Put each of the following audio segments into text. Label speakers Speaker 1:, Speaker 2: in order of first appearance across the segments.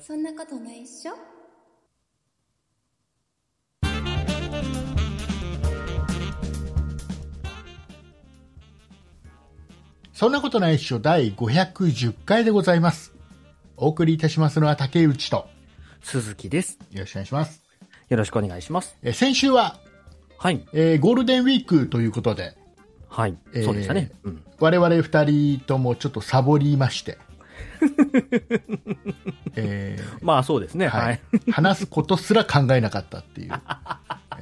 Speaker 1: そんなことないっしょ
Speaker 2: そんなことないっしょ第510回でございます。お送りいたしますのは竹内と、
Speaker 3: 鈴木です。
Speaker 2: よろしくお願いします。
Speaker 3: よろしくお願いします。
Speaker 2: えー先週は、
Speaker 3: はい。
Speaker 2: えーゴールデンウィークということで、
Speaker 3: はい。
Speaker 2: えー
Speaker 3: そうでしたね。うん。
Speaker 2: 我々二人ともちょっとサボりま して、え
Speaker 3: まあそうですね。
Speaker 2: ーは
Speaker 3: はい い。、
Speaker 2: 話すことすら考えなかったっていう、え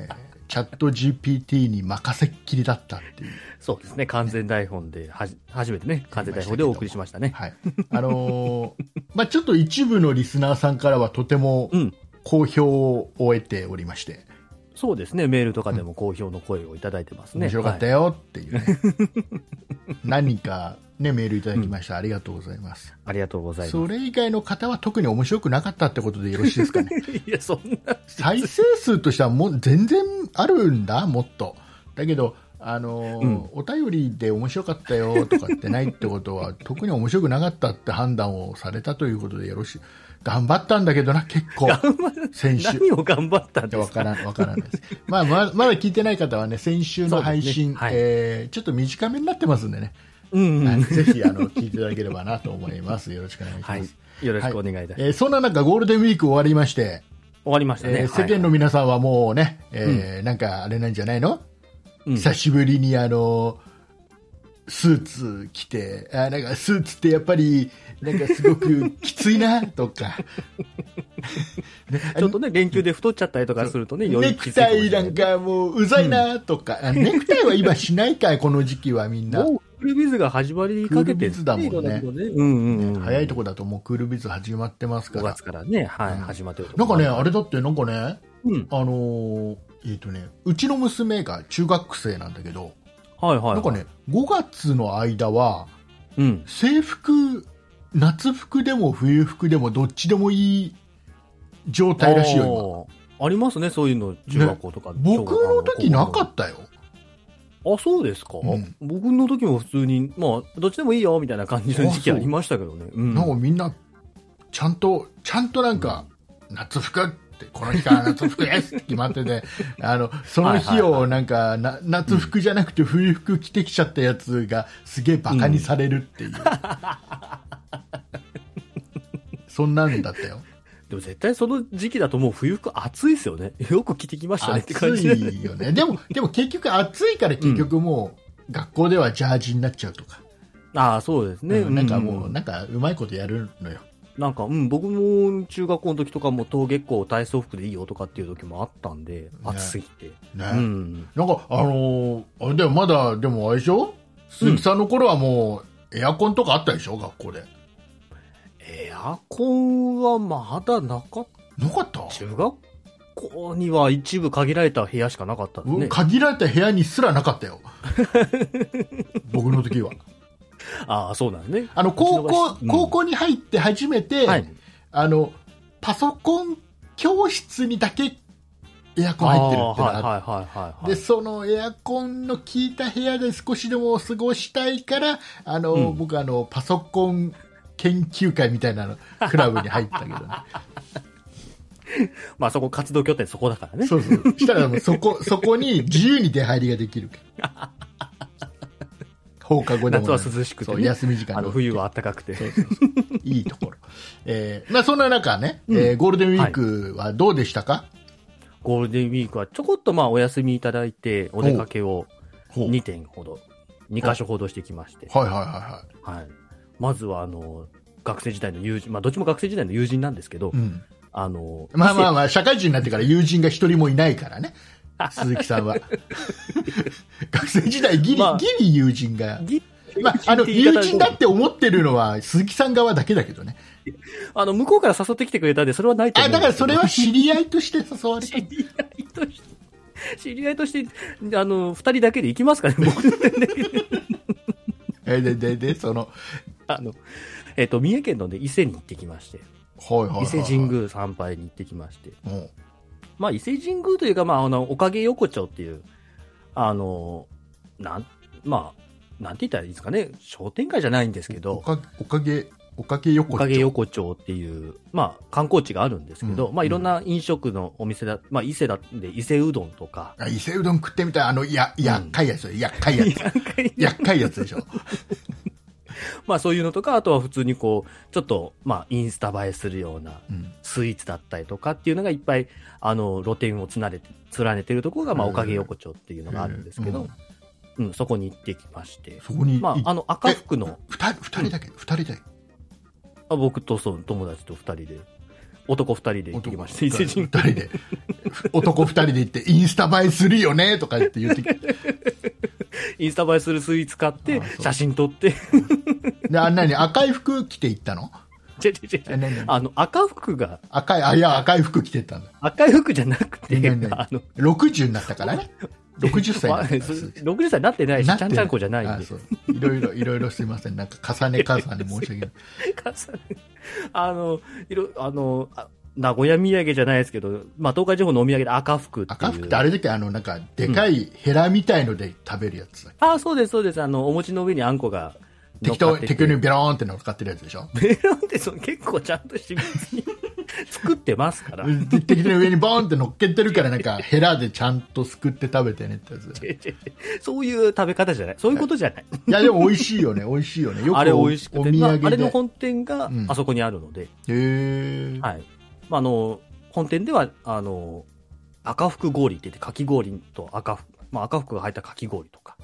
Speaker 2: ーチャット GPT に任せっきりだったっていう。
Speaker 3: そうですね。完全台本で、はじ、初めてね、完全台本でお送りしましたね。
Speaker 2: はい。あのーまあちょっと一部のリスナーさんからはとても
Speaker 3: うん。
Speaker 2: 好評を得ておりまして、
Speaker 3: そうですね。メールとかでも好評の声をいただいてますね。
Speaker 2: 面白かった
Speaker 3: はい
Speaker 2: よっていうね。 何人かね、メールいただきました。ありがとうございます。
Speaker 3: ありがとうございま
Speaker 2: それ以外の方は特に面白くなかったってことでよろしいですかね。
Speaker 3: す。いや、そんな。
Speaker 2: 再生数としてはもう全然あるんだ、もっと。だけど、あのー
Speaker 3: うん
Speaker 2: お便りで面白かったよとかってないってことは特に面白くなかったって判断をされたということでよろしい頑張ったんだけどな結構先週
Speaker 3: 何を頑張った
Speaker 2: い
Speaker 3: ん
Speaker 2: や
Speaker 3: で
Speaker 2: わ
Speaker 3: す
Speaker 2: か
Speaker 3: から
Speaker 2: ん、わからんです。 まあ、ままだ聞いてない方はね、先週の配信、
Speaker 3: そうですねはい
Speaker 2: えーちょっと短めになってますんでね、
Speaker 3: うんうん。
Speaker 2: はいぜひ、あの、聞いていただければなと思います。よろしくお願いします。
Speaker 3: はい。よろしくお願いいたします。
Speaker 2: えーそんな中、ゴールデンウィーク終わりまして、
Speaker 3: 終わりましたね。
Speaker 2: えー世間の皆さんはもうね、えーなんかあれなんじゃないの、
Speaker 3: うん
Speaker 2: 久しぶりにあの、スーツ着て、あなんかスーツってやっぱり、なんかすごくきついな、とか。
Speaker 3: ちょっとね、連休で太っちゃったりとかするとね、よ
Speaker 2: ネ
Speaker 3: りき
Speaker 2: ク
Speaker 3: ついか
Speaker 2: タ
Speaker 3: も
Speaker 2: イ
Speaker 3: しれ
Speaker 2: な
Speaker 3: ない
Speaker 2: んかもううざいなとか、あネクタイは今しないかい、この時期はみんな。
Speaker 3: もうクールビズが始まりかけ
Speaker 2: クー
Speaker 3: てる
Speaker 2: ルビズだもんね
Speaker 3: いろなことうんうんうん。
Speaker 2: 早いとこだともうクールビズ始まってますか
Speaker 3: 5
Speaker 2: ら。
Speaker 3: 月からね、はい、
Speaker 2: うん
Speaker 3: 始まってると
Speaker 2: なんかね、
Speaker 3: あ
Speaker 2: あれだってなんかね、
Speaker 3: うん。
Speaker 2: あのーえっ、とね、うちの娘が中学生なんだけど、
Speaker 3: はいはい。
Speaker 2: なんか、ね、5月の間は
Speaker 3: うん。
Speaker 2: 制服、夏服でも冬服でもどっちでもいい状態らしいよ、
Speaker 3: あーありますね、そういうの、中学校とか。
Speaker 2: 今。僕の時なかったよ。
Speaker 3: た。あ、そうですか、
Speaker 2: うん
Speaker 3: 僕の時も普通に、まあ、どっちでもいいよ、みたいな感じの時期
Speaker 2: あそう
Speaker 3: ありましたけどね。うん。
Speaker 2: なんかみんな、ちゃんと、ちゃんとなんか、夏服って、この日から夏服ですって決まって て、あの、その日
Speaker 3: はいはい
Speaker 2: をなんか、な夏服じゃなくて冬服着てきちゃったやつが、すげえバカにされるって いう。そんなんだったよ。
Speaker 3: でも絶対その時期だともう冬服暑いですよね。よく着てきましたねって感
Speaker 2: 暑
Speaker 3: じ。
Speaker 2: いよね。でも、でも結局暑いから結局もう、学校ではジャージになっちゃうとか。
Speaker 3: ああ、そうですね。
Speaker 2: うんなんかもう、
Speaker 3: ん
Speaker 2: なんかうまいことやるのよ。
Speaker 3: なんか、うん、僕も中学校の時とかも登下校体操服でいいよとかっていう時もあったんで、暑すぎて。
Speaker 2: ね。
Speaker 3: うん。
Speaker 2: なんか、あのーあれだよ、まだ、でもあれでしょ鈴木さんの頃はもう、エアコンとかあったでしょ学校で。
Speaker 3: エアコンはまだなかっ
Speaker 2: なかった
Speaker 3: た。中学校には一部限られた部屋しかなかったです
Speaker 2: う
Speaker 3: ね。
Speaker 2: 限られた部屋にすらなか ったよ。僕の時は。
Speaker 3: ああ、そうなんですね。
Speaker 2: あの、高
Speaker 3: う
Speaker 2: 校
Speaker 3: ちの、場合
Speaker 2: 高校に入って初めて、
Speaker 3: はい。
Speaker 2: あの、パソコン教室にだけエアコン入ってるっての
Speaker 3: あ
Speaker 2: が
Speaker 3: あ
Speaker 2: あ
Speaker 3: は
Speaker 2: っ
Speaker 3: い
Speaker 2: て
Speaker 3: はいはいはいはい。
Speaker 2: で、そのエアコンの効いた部屋で少しでも過ごしたいから、あの、
Speaker 3: うん
Speaker 2: 僕あの、パソコン研究会みたいなの、クラブに入ったけど ね。
Speaker 3: まあそこ活動拠点そこだからね。
Speaker 2: そうそう。したらもうそこ、そこに自由に出入りができるから。放課後でも
Speaker 3: 夏
Speaker 2: な、
Speaker 3: はい涼しくて
Speaker 2: そう、
Speaker 3: ね。
Speaker 2: 休み時間
Speaker 3: あの、冬は暖かくて。
Speaker 2: そうそうそういいところ。えー、まあそんな中ね、えーゴールデンウィークはどうでしたか、
Speaker 3: ゴールデンウィークはちょこっとまあお休みいただいて、お出かけを
Speaker 2: ほう
Speaker 3: 2点ほど、2箇所ほどしてきまして。
Speaker 2: はいはいはいは
Speaker 3: はい。まずは、あの、学生時代の友人、まあ、どっちも学生時代の友人なんですけど、
Speaker 2: い。うん。
Speaker 3: あの、
Speaker 2: まあまあ
Speaker 3: あ、
Speaker 2: まあ、社会人になってから友人が一人もいないからね。鈴木さ んは。学生時代ギリ、
Speaker 3: まあ
Speaker 2: ギリ友人が。
Speaker 3: ぎ
Speaker 2: まあ、あの、友人だって思ってるのは鈴木さん側だけだけどね。
Speaker 3: あの、向こうから誘ってきてくれたんで、それはないと思
Speaker 2: あ、
Speaker 3: う。
Speaker 2: だからそれ、は知り合いとして誘われ た
Speaker 3: 知。り合いとして、知り合いとして、あの、二人だけで行きますかね、 僕の年齢で
Speaker 2: え、で、で、で、その、
Speaker 3: あの、えっ、と、三重県のね、伊勢に行ってきまして、
Speaker 2: はいはいはいはい。
Speaker 3: 伊勢神宮参拝に行ってきまして、
Speaker 2: うん。
Speaker 3: まあ、伊勢神宮というか、まあ、あの、おかげ横丁っていう、あの、なん、まあ、なんて言ったらいいですかね、商店街じゃないんですけど
Speaker 2: お、かおかげおかげ横
Speaker 3: お
Speaker 2: 丁
Speaker 3: かげ横丁っていう、まあ、観光地があるんですけど、まあ、いろんな飲食のお店だ、まあ、伊勢だって、伊勢うどんとか、
Speaker 2: あ伊勢うどん食ってみたいあのややっかいやつよやっかいやつ
Speaker 3: なんか
Speaker 2: やっかいやつでしょ
Speaker 3: まあ、そういうのとか、あとは普通にこう、ちょっと、まあ、インスタ映えするような
Speaker 2: うん
Speaker 3: スイーツだったりとかっていうのがいっぱい、あの、露店をつなれて、連ねてるところが、まあ、
Speaker 2: うん
Speaker 3: おかげ横丁っていうのがあるんですけど、うん、そこに行ってきまして、
Speaker 2: そこに
Speaker 3: まあ、あ
Speaker 2: の
Speaker 3: の、赤服の、
Speaker 2: 2人二人だけ二人だけ
Speaker 3: あ僕とそう友達と2人で男2人で行ってきました伊勢神
Speaker 2: 2人で 男2人で行ってインスタ映えするよねとか言って言ってきて
Speaker 3: インスタ映えするスイーツ買って
Speaker 2: あそう
Speaker 3: 写真撮って
Speaker 2: であんなに赤い服着て行ったの
Speaker 3: 違う違う違
Speaker 2: え
Speaker 3: う
Speaker 2: 何々
Speaker 3: あの赤服が
Speaker 2: 赤いあいや赤い服着てったんだ
Speaker 3: 赤い服じゃなくて
Speaker 2: ねえねえ
Speaker 3: あの
Speaker 2: 60になったからね60歳
Speaker 3: ま
Speaker 2: だ
Speaker 3: あ
Speaker 2: った
Speaker 3: そう
Speaker 2: からす
Speaker 3: 60歳になってないし
Speaker 2: なっ
Speaker 3: ち
Speaker 2: て
Speaker 3: ゃんちゃんこじゃないん
Speaker 2: あ
Speaker 3: で
Speaker 2: そういろいろいろいろすいませんなんか重ね重ね申し訳 ない
Speaker 3: あのいろあのあ名古屋土産じゃないですけど、まあ、東海地方のお土産で赤服っていう
Speaker 2: 赤服ってあれだっけあのなんかでかいヘラみたいので食べるやつだっけ
Speaker 3: あそうですそうですあのお餅の上にあんこが乗
Speaker 2: 適
Speaker 3: っか
Speaker 2: 当
Speaker 3: ってて
Speaker 2: 適当 にベローンって乗っかってるやつでしょ
Speaker 3: メロンってその結構ちゃんと緻密に作ってますか ら
Speaker 2: で適当に上にボーンって乗っけてるからなんかヘラでちゃんとすくって食べてねってやつだよね
Speaker 3: 違う違う違うそういう食べ方じゃない。そういうことじゃない。
Speaker 2: いやでも美味しいよね美味しいよねよく
Speaker 3: あれ美味しく
Speaker 2: お
Speaker 3: て、
Speaker 2: 土
Speaker 3: まあ、
Speaker 2: 産で、
Speaker 3: あれの本店が
Speaker 2: うん
Speaker 3: あそこにあるので、
Speaker 2: へえ、
Speaker 3: はい。まあ、あの、本店では、あの、赤福氷って言って、かき氷と赤福、まあ、赤福が入ったかき氷とか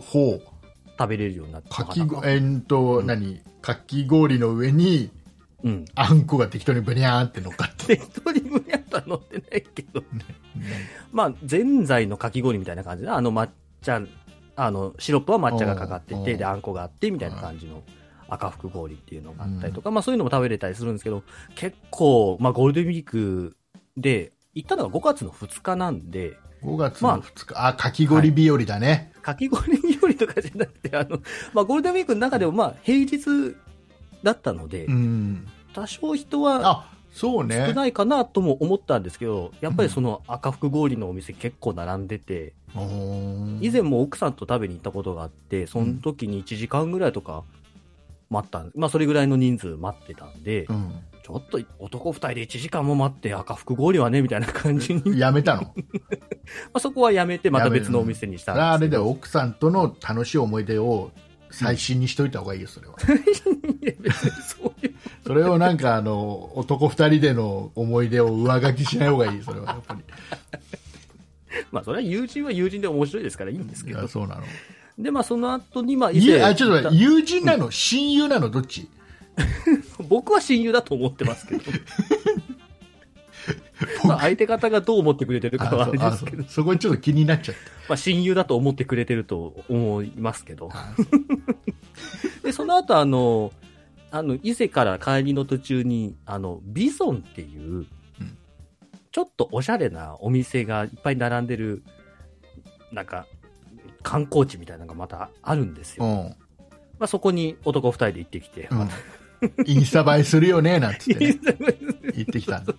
Speaker 2: ほう
Speaker 3: 食べれるようになって
Speaker 2: かき
Speaker 3: なか
Speaker 2: ご
Speaker 3: なか
Speaker 2: えーっと、
Speaker 3: ん
Speaker 2: 何かき氷の上に
Speaker 3: うん。
Speaker 2: あんこが適当にブニャーンって乗っかって
Speaker 3: 適当にむにゃっとは乗ってないけど、まあ、ぜんざいのかき氷みたいな感じで、あの抹茶、あの、シロップは抹茶がかかって
Speaker 2: うんう
Speaker 3: て、
Speaker 2: ん
Speaker 3: で、あんこがあって、みたいな感じの赤福氷っていうのがあったりとか、まあそういうのも食べれたりするんですけど、結構、まあゴールデンウィークで、行ったのが5月の2日なんで、
Speaker 2: 5月の2日、あかき氷日和だね、
Speaker 3: かき氷料理とかじゃなくて、あの、まあゴールデンウィークの中でもまあ平日だったので、
Speaker 2: うん
Speaker 3: 多少人は
Speaker 2: あそうね
Speaker 3: 少ないかなとも思ったんですけど、やっぱりその赤福氷のお店結構並んでて、
Speaker 2: おー
Speaker 3: 以前も奥さんと食べに行ったことがあって、その時に1時間ぐらいとか待ったんまあそれぐらいの人数待ってたんで、
Speaker 2: うん
Speaker 3: ちょっと男2人で1時間も待って赤福氷はね、みたいな感じに、 ま
Speaker 2: やめたの
Speaker 3: あそこはやめてまた別のお店にした
Speaker 2: あ
Speaker 3: ん
Speaker 2: れあれ
Speaker 3: ですけ
Speaker 2: で
Speaker 3: ど。
Speaker 2: 奥さんとの楽しい思い出を最新にしといた方がいいよそ れは
Speaker 3: いや別にそういう
Speaker 2: それをなんかあの男二人での思い出を上書きしない方がいいそれはやっぱり
Speaker 3: まあそれは友人は友人で面白いですからいいんです
Speaker 2: い
Speaker 3: け
Speaker 2: や
Speaker 3: ど。
Speaker 2: そうなの
Speaker 3: で、まあその後に、まあ
Speaker 2: い
Speaker 3: 以前
Speaker 2: やあちょっと待って友人なの、親友なのどっち
Speaker 3: 僕は親友だと思ってますけど。まあ相手方がどう思ってくれてるかはあれ
Speaker 2: あ
Speaker 3: です
Speaker 2: そう
Speaker 3: けど
Speaker 2: あそう、そこにちょっと気になっちゃって
Speaker 3: まあ親友だと思ってくれてると思いますけど。
Speaker 2: あそう
Speaker 3: で、その後、あの、あの、伊勢から帰りの途中に、あの、ビソンっていう、
Speaker 2: うん
Speaker 3: ちょっとおしゃれなお店がいっぱい並んでる、なんか、観光地みたいなのがまたあるんですよ。
Speaker 2: う
Speaker 3: まあ、そこに男二人で行ってき
Speaker 2: ん、
Speaker 3: て、
Speaker 2: うん、インスタ映えするよねなんつって、ね、言ってきたんだ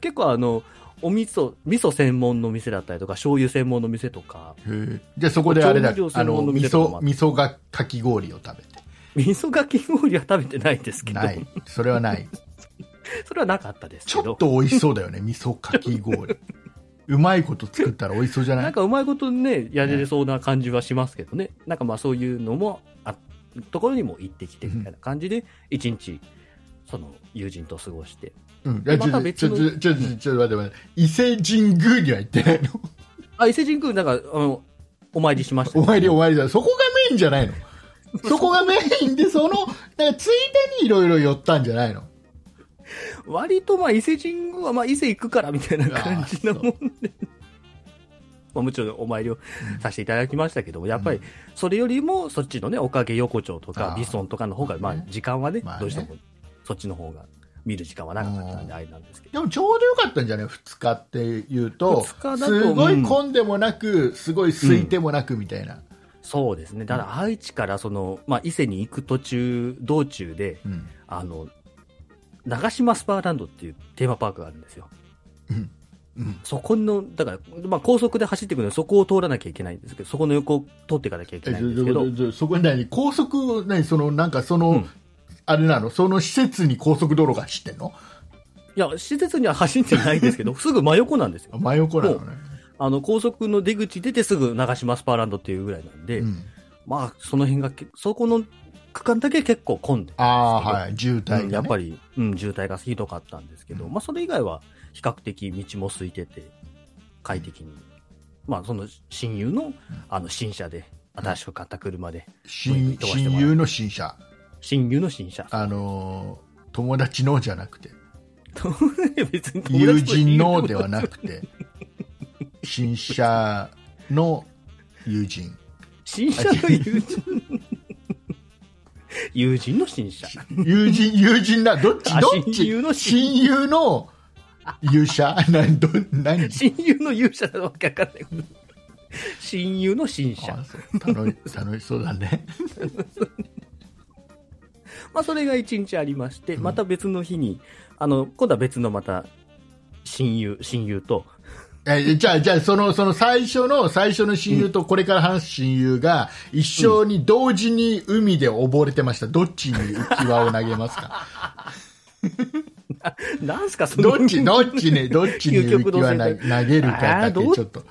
Speaker 3: 結構あの、お味噌、味噌専門の店だったりとか、醤油専門の店とか、
Speaker 2: へえじゃあそこであれだあ
Speaker 3: 調味料専門
Speaker 2: の
Speaker 3: の
Speaker 2: 味
Speaker 3: 店とかも
Speaker 2: 噌
Speaker 3: ある
Speaker 2: 味噌がかき氷を食べて
Speaker 3: 味噌かき氷は食べてないですけど、
Speaker 2: ないそれはない
Speaker 3: それはなかったです
Speaker 2: ち
Speaker 3: け
Speaker 2: ょっ
Speaker 3: ど、
Speaker 2: と美味しそうだよね味噌かき氷うまいこと作ったら美味しそうじゃない
Speaker 3: なんかうまいことね、やれそうな感じはしますけどね。なんかまあそういうのも、あ、ところにも行ってきてみたいな感じで、一日、その友人と過ごして。
Speaker 2: うん、い
Speaker 3: で
Speaker 2: や
Speaker 3: また
Speaker 2: ちょ
Speaker 3: 別
Speaker 2: っと
Speaker 3: の
Speaker 2: ちょっとちょっとちょっとちょっと待って待って伊勢神宮には行ってないの
Speaker 3: あ、伊勢神宮なんか、あの、お参りしました
Speaker 2: お
Speaker 3: よ、
Speaker 2: 参りお参りだそこがメインじゃないのそこがメインでそのなんかついでにいろいろ寄ったんじゃないの
Speaker 3: 割とまあ伊勢神宮はまあ伊勢行くからみたいな感じなもんで、 まあもちろんお参りをさせていただきましたけども、やっぱりそれよりもそっちのね、おかげ横丁と
Speaker 2: あ
Speaker 3: か
Speaker 2: ー
Speaker 3: ビソンとかの方が、まあ時間はね、
Speaker 2: まあね
Speaker 3: どうしてもそっちの方が見る時間は長かったんで、
Speaker 2: う
Speaker 3: あれなんですけど。
Speaker 2: でもちょうどよかったんじゃない2日っていうと
Speaker 3: 二日だと
Speaker 2: すご
Speaker 3: う
Speaker 2: い
Speaker 3: ん
Speaker 2: 混んでもなくすごい空いてもなくみたいな、
Speaker 3: そうですね。ただ愛知からその、まあ伊勢に行く途中、道中で、
Speaker 2: うん
Speaker 3: あの、長島スパーランドっていうテーマパークがあるんですよ。
Speaker 2: うん
Speaker 3: そこの、だから、まあ、高速で走ってくるので、そこを通らなきゃいけないんですけど、そこの横を通っていかなきゃいけ
Speaker 2: え
Speaker 3: ないんですけど、
Speaker 2: そこに何高速何そのなんかその、
Speaker 3: うん
Speaker 2: あれなのその施設に高速道路が走ってんの
Speaker 3: いや、施設には走ってないんですけど、 すぐ真横なんですよ。
Speaker 2: 真横なのね。
Speaker 3: あの、高速の出口出てすぐ長島スパーランドっていうぐらいなんで、
Speaker 2: うん、
Speaker 3: まあ、その辺がけ、そこの区間だけ結構混んで、
Speaker 2: ああー、はい。渋滞がね、
Speaker 3: うんやっぱり、うん、渋滞がひどかったんですけど、
Speaker 2: うん
Speaker 3: まあ、それ以外は比較的道も空いてて、快適に、まあ、その親友の、あの、新車で、新しく買った車で、
Speaker 2: 親親友の新車。
Speaker 3: 親友の新車。
Speaker 2: あのー友達のじゃなくて、
Speaker 3: 別に友達と親
Speaker 2: 友
Speaker 3: 友
Speaker 2: 人のではなくて、新車の友人。
Speaker 3: 新車の友人。友人の新車。
Speaker 2: 友人、友人な、どっち
Speaker 3: あ
Speaker 2: どっ
Speaker 3: 親友の
Speaker 2: ち親友の勇者 何ど、何
Speaker 3: 親友の勇者なのか分かんないけど親友の新車
Speaker 2: あそう楽し楽しそうだね。
Speaker 3: まあ、それが一日ありまして、また別の日に、あの、今度は別のまた、親友、親友と、
Speaker 2: えじゃあ、じゃあ、その、その最初の、最初の親友とこれから話す親友が、一緒に同時に海で溺れてました。どっちに浮き輪を投げますか
Speaker 3: なんすか、その、
Speaker 2: どっち、どっちね、どっちに浮
Speaker 3: 究極
Speaker 2: き
Speaker 3: の
Speaker 2: 輪
Speaker 3: 選択
Speaker 2: な投げるか
Speaker 3: あ
Speaker 2: だ
Speaker 3: ー
Speaker 2: け、
Speaker 3: どっ
Speaker 2: ちょっと、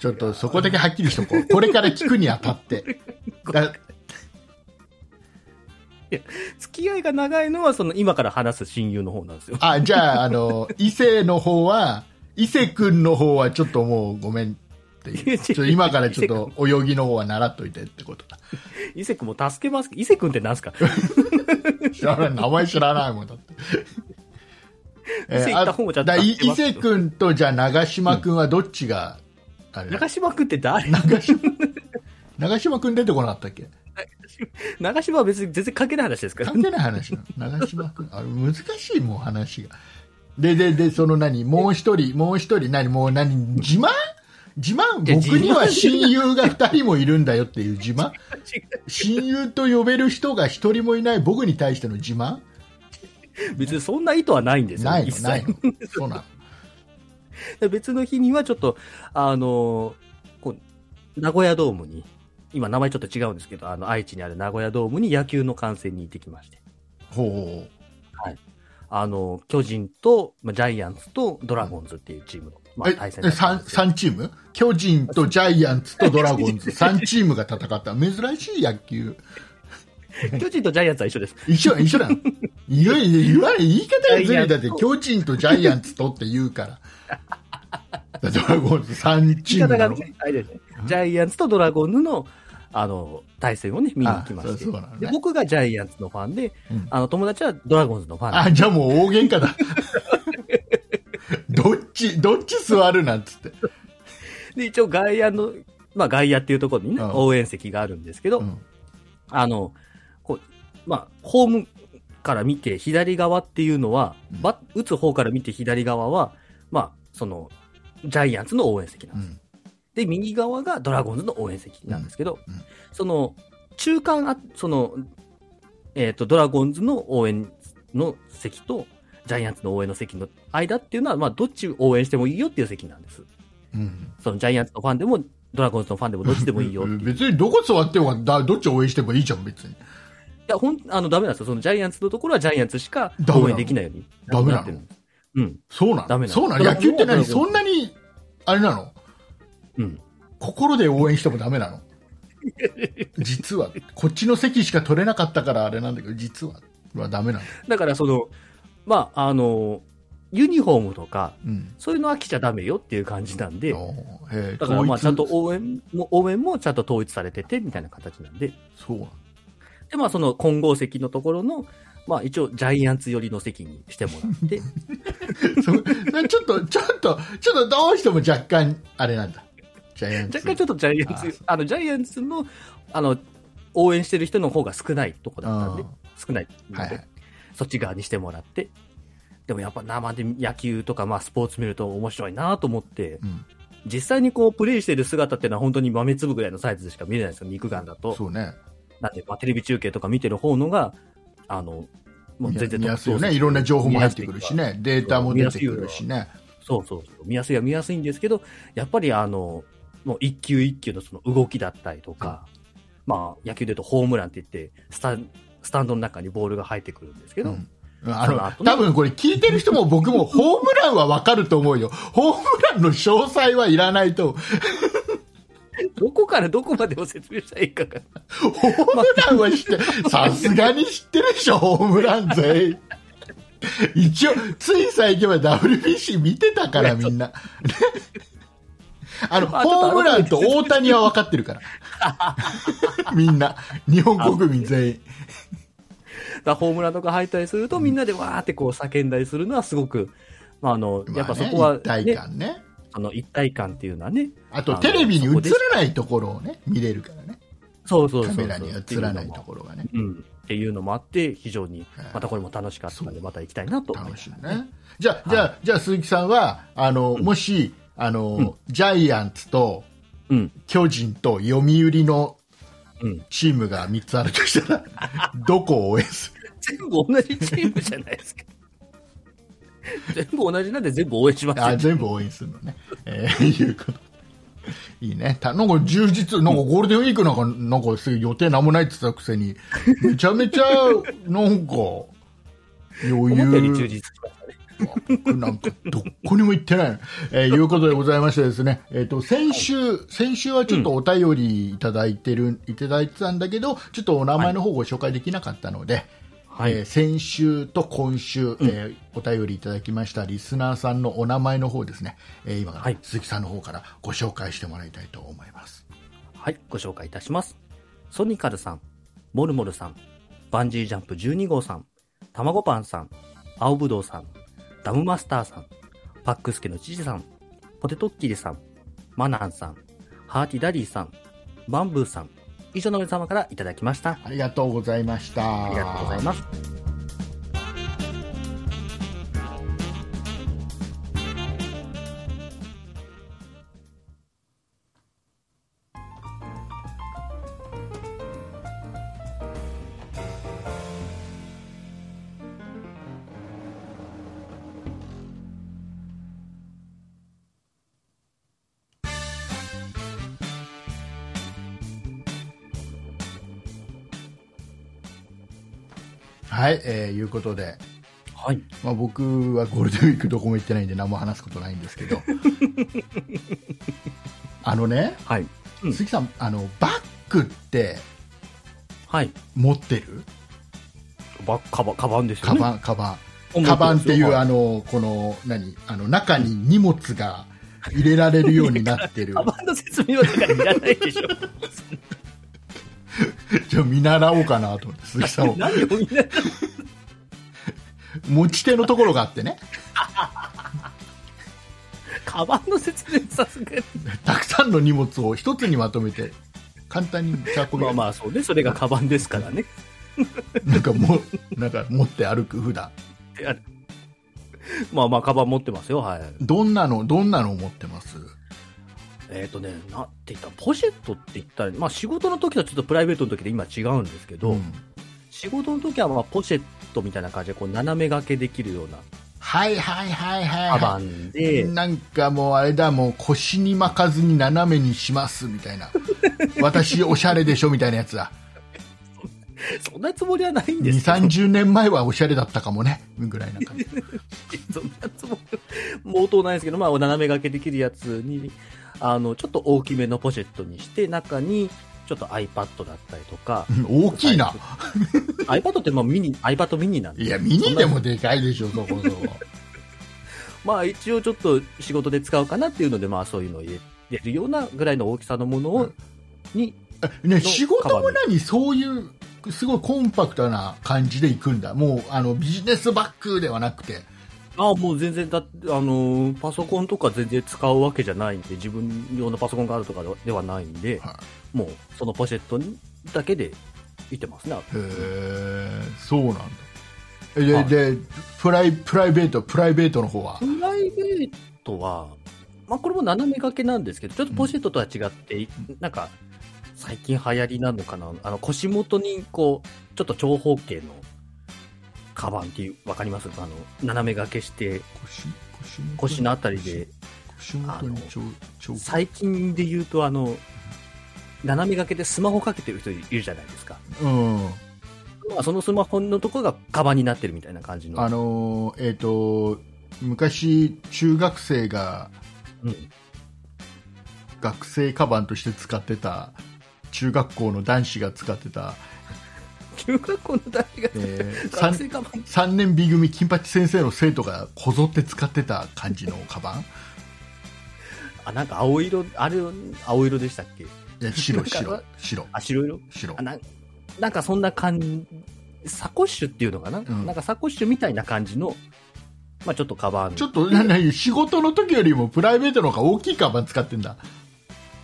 Speaker 2: ちょっとそこだけはっきりしとこう。これから聞くにあた って。だ
Speaker 3: 付き合いが長いのは、その、今から話す親友の方なんですよ。
Speaker 2: あ、じゃあ、あの、伊勢の方は、伊勢くんの方はちょっともうごめんっていう。ちょっと今からちょっと泳ぎの方は習っといてってことだ。
Speaker 3: 伊勢くんも助けます。伊勢くんってなん すか
Speaker 2: 知らない、名前知らないもんだって。
Speaker 3: 伊勢行った方もちゃんと
Speaker 2: あだい
Speaker 3: 知って
Speaker 2: 伊
Speaker 3: ますよ
Speaker 2: 勢くんとじゃあ長島くんはどっちが、あれだ
Speaker 3: 長島くんって誰
Speaker 2: 長島長島くん出てこなかったっけ
Speaker 3: 長島は別に全然関係ない話ですから。
Speaker 2: 関係ない話なの長島くんあれ難しいもう話がでででその何もう一人もう一人何もう何自慢自慢
Speaker 3: いや
Speaker 2: 僕には
Speaker 3: 自慢
Speaker 2: 親友が二人もいるんだよっていう自 慢
Speaker 3: 違
Speaker 2: 親友と呼べる人が一人もいない僕に対しての自慢
Speaker 3: う別にそんな意図はないんですよ。
Speaker 2: ないの
Speaker 3: 一切
Speaker 2: ないのそうなの
Speaker 3: で別の日にはちょっと、あのこう、名古屋ドームに、今名前ちょっと違うんですけど、あの、愛知にある名古屋ドームに野球の観戦に行ってきまして、
Speaker 2: ほう
Speaker 3: あの巨人と、まあ、ジャイアンツとドラゴンズっていうチームの、まあ、
Speaker 2: え
Speaker 3: 対戦だ
Speaker 2: え
Speaker 3: ったん
Speaker 2: 三
Speaker 3: ですよ
Speaker 2: 三チーム巨人とジャイアンツとドラゴンズ三チームが戦った珍しい野球
Speaker 3: 巨人とジャイアンツは一緒です。
Speaker 2: 一緒一緒なのいろいろ言わない言い方がずるい
Speaker 3: ジャイ
Speaker 2: だっ
Speaker 3: アン
Speaker 2: て
Speaker 3: ツと
Speaker 2: 巨人とジャイアンツとって言うからドラゴンズ三チ
Speaker 3: 言い
Speaker 2: ームな
Speaker 3: 方が
Speaker 2: の
Speaker 3: ね、あれですね。ジャイアンツとドラゴンズの、あの、対戦をね、見に行きま
Speaker 2: あ
Speaker 3: して
Speaker 2: そうそうなのね
Speaker 3: で僕がジャイアンツのファンで、
Speaker 2: うん
Speaker 3: あの、友達はドラゴンズのファンで
Speaker 2: あじゃあもう大喧嘩だ どっちどっち座るなんつって
Speaker 3: で、一応外野の、まあ外野っていうところにね、
Speaker 2: うん
Speaker 3: 応援席があるんですけど、
Speaker 2: うん
Speaker 3: あの、こう、まあ、ホームから見て左側っていうのは、
Speaker 2: うん
Speaker 3: ば打つ方から見て左側は、まあ、その、ジャイアンツの応援席なん
Speaker 2: う
Speaker 3: です。
Speaker 2: ん
Speaker 3: で、右側がドラゴンズの応援席なんですけど、
Speaker 2: うんうん
Speaker 3: その、中間あ、その、えっ、と、ドラゴンズの応援の席と、ジャイアンツの応援の席の間っていうのは、まあ、どっち応援してもいいよっていう席なんです。
Speaker 2: うん
Speaker 3: そのジャイアンツのファンでも、ドラゴンズのファンでもどっちでもいいよっていう。
Speaker 2: 別にどこ座ってもだどっち応援してもいいじゃん別に
Speaker 3: いや、ほん、あの、ダメなんですよ。そのジャイアンツのところはジャイアンツしか
Speaker 2: ダメなの
Speaker 3: 応援できないように。
Speaker 2: ダメなの
Speaker 3: ってるんです。うん。
Speaker 2: そうな
Speaker 3: ダ
Speaker 2: の
Speaker 3: メなの
Speaker 2: そうなの野球って
Speaker 3: ドラ
Speaker 2: 何
Speaker 3: ゴンズ
Speaker 2: そんなにあれなの
Speaker 3: うん。
Speaker 2: 心で応援してもダメなの実はこっちの席しか取れなかったからあれなんだけど実ははダメなの、
Speaker 3: だから、その、まあ、あの、ユニフォームとか、
Speaker 2: うん、
Speaker 3: そういうのは着ちゃダメよっていう感じなんで、
Speaker 2: おーへー
Speaker 3: だから、まあ、ちゃんと
Speaker 2: 統
Speaker 3: 応援も、応援もちゃんと統一されてて、みたいな形なんで。
Speaker 2: 一そうなの
Speaker 3: で、まあ、その混合席のところの、まあ、一応、ジャイアンツ寄りの席にしてもら って、
Speaker 2: そそれちょっとちょっとちょっとどうしても若干あれなんだジャイアンツ
Speaker 3: 若干ちょっとジャイアン
Speaker 2: あ
Speaker 3: ツ、あの、ジャイアンツの、あの、応援してる人の方が少ないとこだったんで
Speaker 2: うん、
Speaker 3: 少ないので、
Speaker 2: はいはい
Speaker 3: そっち側にしてもらって、でもやっぱ生で野球とか、まあ、スポーツ見ると面白いなと思って
Speaker 2: う、ん、
Speaker 3: 実際にこう、プレイしてる姿っていうのは本当に豆粒ぐらいのサイズでしか見れないんですよ、肉眼だと。
Speaker 2: そうね
Speaker 3: なんで、まあ、テレビ中継とか見てる方のが、あの、もう全然
Speaker 2: 見やすいよねいろんな情報も入ってくるし。
Speaker 3: 見や
Speaker 2: ねデータも出てくるしね
Speaker 3: すいそうそうそう。見やすいは見やすいんですけど、やっぱりあの、もう一球一球のその動きだったりとか、まあ、野球で言うとホームランって言って、スタンスタンドの中にボールが入ってくるんですけど、
Speaker 2: うんあ
Speaker 3: その
Speaker 2: の
Speaker 3: 後ね
Speaker 2: 多分これ聞いてる人も僕もホームランはわかると思うよ。ホームランの詳細はいらないと思う。
Speaker 3: どこからどこまでを説明したらいいかが。
Speaker 2: ホームランは知って、さすがに知ってるでしょ、ホームラン勢。一応、つい最近は WBC 見てたから、みんな。あの、
Speaker 3: まあちょ
Speaker 2: ホ
Speaker 3: っと
Speaker 2: ームランと大谷は分かってるから。みんな。日本国民全員。
Speaker 3: だからホームランとか入ったりすると、みんなでわーってこう叫んだりするのはすごく、まあ、あの、やっぱそこは、ね
Speaker 2: まあね一体感ね。
Speaker 3: あの、一体感っていうのはね、
Speaker 2: あと、
Speaker 3: あの
Speaker 2: テレビに
Speaker 3: そ
Speaker 2: 映
Speaker 3: こです
Speaker 2: らないところをね、見れるからね。
Speaker 3: そうそう
Speaker 2: カ
Speaker 3: そうそう。
Speaker 2: メラには映らないと
Speaker 3: っ
Speaker 2: ころがね。
Speaker 3: ていうのも。うん。っていうのもあって、非常に
Speaker 2: はい、
Speaker 3: またこれも楽しかったので、また行きたいなと思いま
Speaker 2: 楽し
Speaker 3: す。
Speaker 2: いね。じゃあ、じゃあ、じゃあ、鈴木さんは、あの、もし、あの、ジャイアンツと、
Speaker 3: うん。
Speaker 2: 巨人と読売の
Speaker 3: うん。
Speaker 2: チームが3つあるとした ら、どこを応援する
Speaker 3: 全部同じチームじゃないですか。全部同じなんで全部応援しますよ
Speaker 2: あ全部応援するのね、えーいうこと。いいね。たなんか充実、なんかゴールデンウィークなんか、なんかすぐ予定なんもないって言ってたくせに、めちゃめちゃ、 なんか、余
Speaker 3: 思ったより充
Speaker 2: 裕
Speaker 3: 実しましたね。
Speaker 2: なんかどこにも行ってない、えーいうことでございましてですね、えっ、と、先週、先週はちょっとお便りいただいてる、いただいてたんだけど、ちょっとお名前の方ご紹介できなかったので、
Speaker 3: はい。
Speaker 2: えー先週と今週、えーお便りいただきましたリスナーさんのお名前の方ですね、えー今から
Speaker 3: はい
Speaker 2: 鈴木さんの方からご紹介してもらいたいと思います。
Speaker 3: はい、ご紹介いたします。ソニカルさん、モルモルさん、バンジージャンプ12号さん、たまごパンさん、青ぶどうさん、ダムマスターさん、パックスケの知事さん、ポテトッキリさん、マナンさん、ハーティダディさん、バンブーさん、以上の皆様からいただきました。
Speaker 2: ありがとうございました。
Speaker 3: ありがとうございます。
Speaker 2: はい、えーいうことで、
Speaker 3: はい。
Speaker 2: まあ、僕はゴールデンウィークどこも行ってないんで何も話すことないんですけ ど、あのね、
Speaker 3: はい。うん
Speaker 2: 鈴木さん、あの、バッグって
Speaker 3: はい。
Speaker 2: 持ってる
Speaker 3: ば、かば、かばんですよ
Speaker 2: カ
Speaker 3: ね。
Speaker 2: バン、カバン。
Speaker 3: 音
Speaker 2: カ
Speaker 3: 楽
Speaker 2: バンってい
Speaker 3: です
Speaker 2: う、
Speaker 3: よ
Speaker 2: あの、この、何、あの、中に荷物が入れられるようになってる
Speaker 3: カ。バンの説明はだからいらないでしょ。
Speaker 2: じゃあ見習おうかなと思って、鈴木 さんを。
Speaker 3: 何をみんな。
Speaker 2: 持ち手のところがあってね、
Speaker 3: カバンの説明さすがに。
Speaker 2: たくさんの荷持を一つにまとめて、簡単に持ち運べ
Speaker 3: まあ
Speaker 2: る。
Speaker 3: まあそうね、それがカバンですからね。
Speaker 2: なんかもう、なんか持って歩く、普段。
Speaker 3: ってあるまあまあ、カバン持ってますよ、はい。
Speaker 2: どんなの、どんなのを持ってます
Speaker 3: えっ、とね、なんて言ったらポシェットって言ったら、まあ仕事の時とちょっとプライベートの時で今違うんですけど、
Speaker 2: ん
Speaker 3: 仕事の時はまあポシェットみたいな感じでこう斜め掛けできるような
Speaker 2: はいはいはいはい、
Speaker 3: カバ
Speaker 2: は
Speaker 3: ン
Speaker 2: い。
Speaker 3: で、
Speaker 2: なんかもうあれだ、もう腰に巻かずに斜めにします、みたい な。私おしゃれでしょ、みたいなやつだ。
Speaker 3: そんなつもりはないん
Speaker 2: 2、
Speaker 3: ですけど、
Speaker 2: 30年前はおしゃれだったかもね、ぐらいな感じ。
Speaker 3: そんなつもりは、毛頭ないですけど、まあ斜め掛けできるやつに、あの、ちょっと大きめのポシェットにして、中にちょっと iPad だったりとか、
Speaker 2: うん 大きいな。
Speaker 3: iPad ってまあミニ、iPad ミニなんで
Speaker 2: いや、ミニでもでかいでしょ、そこそこ。
Speaker 3: まあ一応ちょっと仕事で使うかなっていうので、まあそういうのを入れるようなぐらいの大きさのものを、
Speaker 2: うん
Speaker 3: に、
Speaker 2: ね、
Speaker 3: の
Speaker 2: 仕事も何そういうすごいコンパクトな感じで行くんだもうあのビジネスバッグではなくて
Speaker 3: ああもう全然だって、あのーパソコンとか全然使うわけじゃないんで、自分用のパソコンがあるとかではないんで、
Speaker 2: は
Speaker 3: もうそのポシェットにだけでいってますね。
Speaker 2: へえそうなんだえで,、
Speaker 3: はい
Speaker 2: でプライプライベートプライベートの方は
Speaker 3: プライベートは、まあこれも斜め掛けなんですけど、ちょっとポシェットとは違って、なんか、最近流行りなのかなあの腰元にこう、ちょっと長方形のカバンっていう、わかりますあの、斜め掛けして、
Speaker 2: 腰腰元
Speaker 3: 腰のあたりで、
Speaker 2: 腰元にちょちょ
Speaker 3: 最近で言うとあの、斜め掛けでスマホかけてる人いるじゃないですか。
Speaker 2: うん
Speaker 3: そまあ、そのスマホのとこがカバンになってるみたいな感じの。
Speaker 2: あのーえっ、と昔中学生が
Speaker 3: うん
Speaker 2: 学生カバンとして使ってた中学校の男子が使ってた、
Speaker 3: 中学校の男子が、
Speaker 2: え ー、
Speaker 3: 学生カバン。
Speaker 2: 3年 B 組金八先生の生徒がこぞって使ってた感じのカバン
Speaker 3: あ、なんか青色、あれ、青色でしたっけ
Speaker 2: い や白
Speaker 3: なん
Speaker 2: 白
Speaker 3: か
Speaker 2: 白
Speaker 3: あ、白色
Speaker 2: 白
Speaker 3: あななんかそんな感じ、サコッシュっていうのかな、
Speaker 2: ん
Speaker 3: なんかサコッシュみたいな感じの、まあちょっとカバン。
Speaker 2: ちょっとなな仕事の時よりもプライベートの方が大きいカバン使ってんだ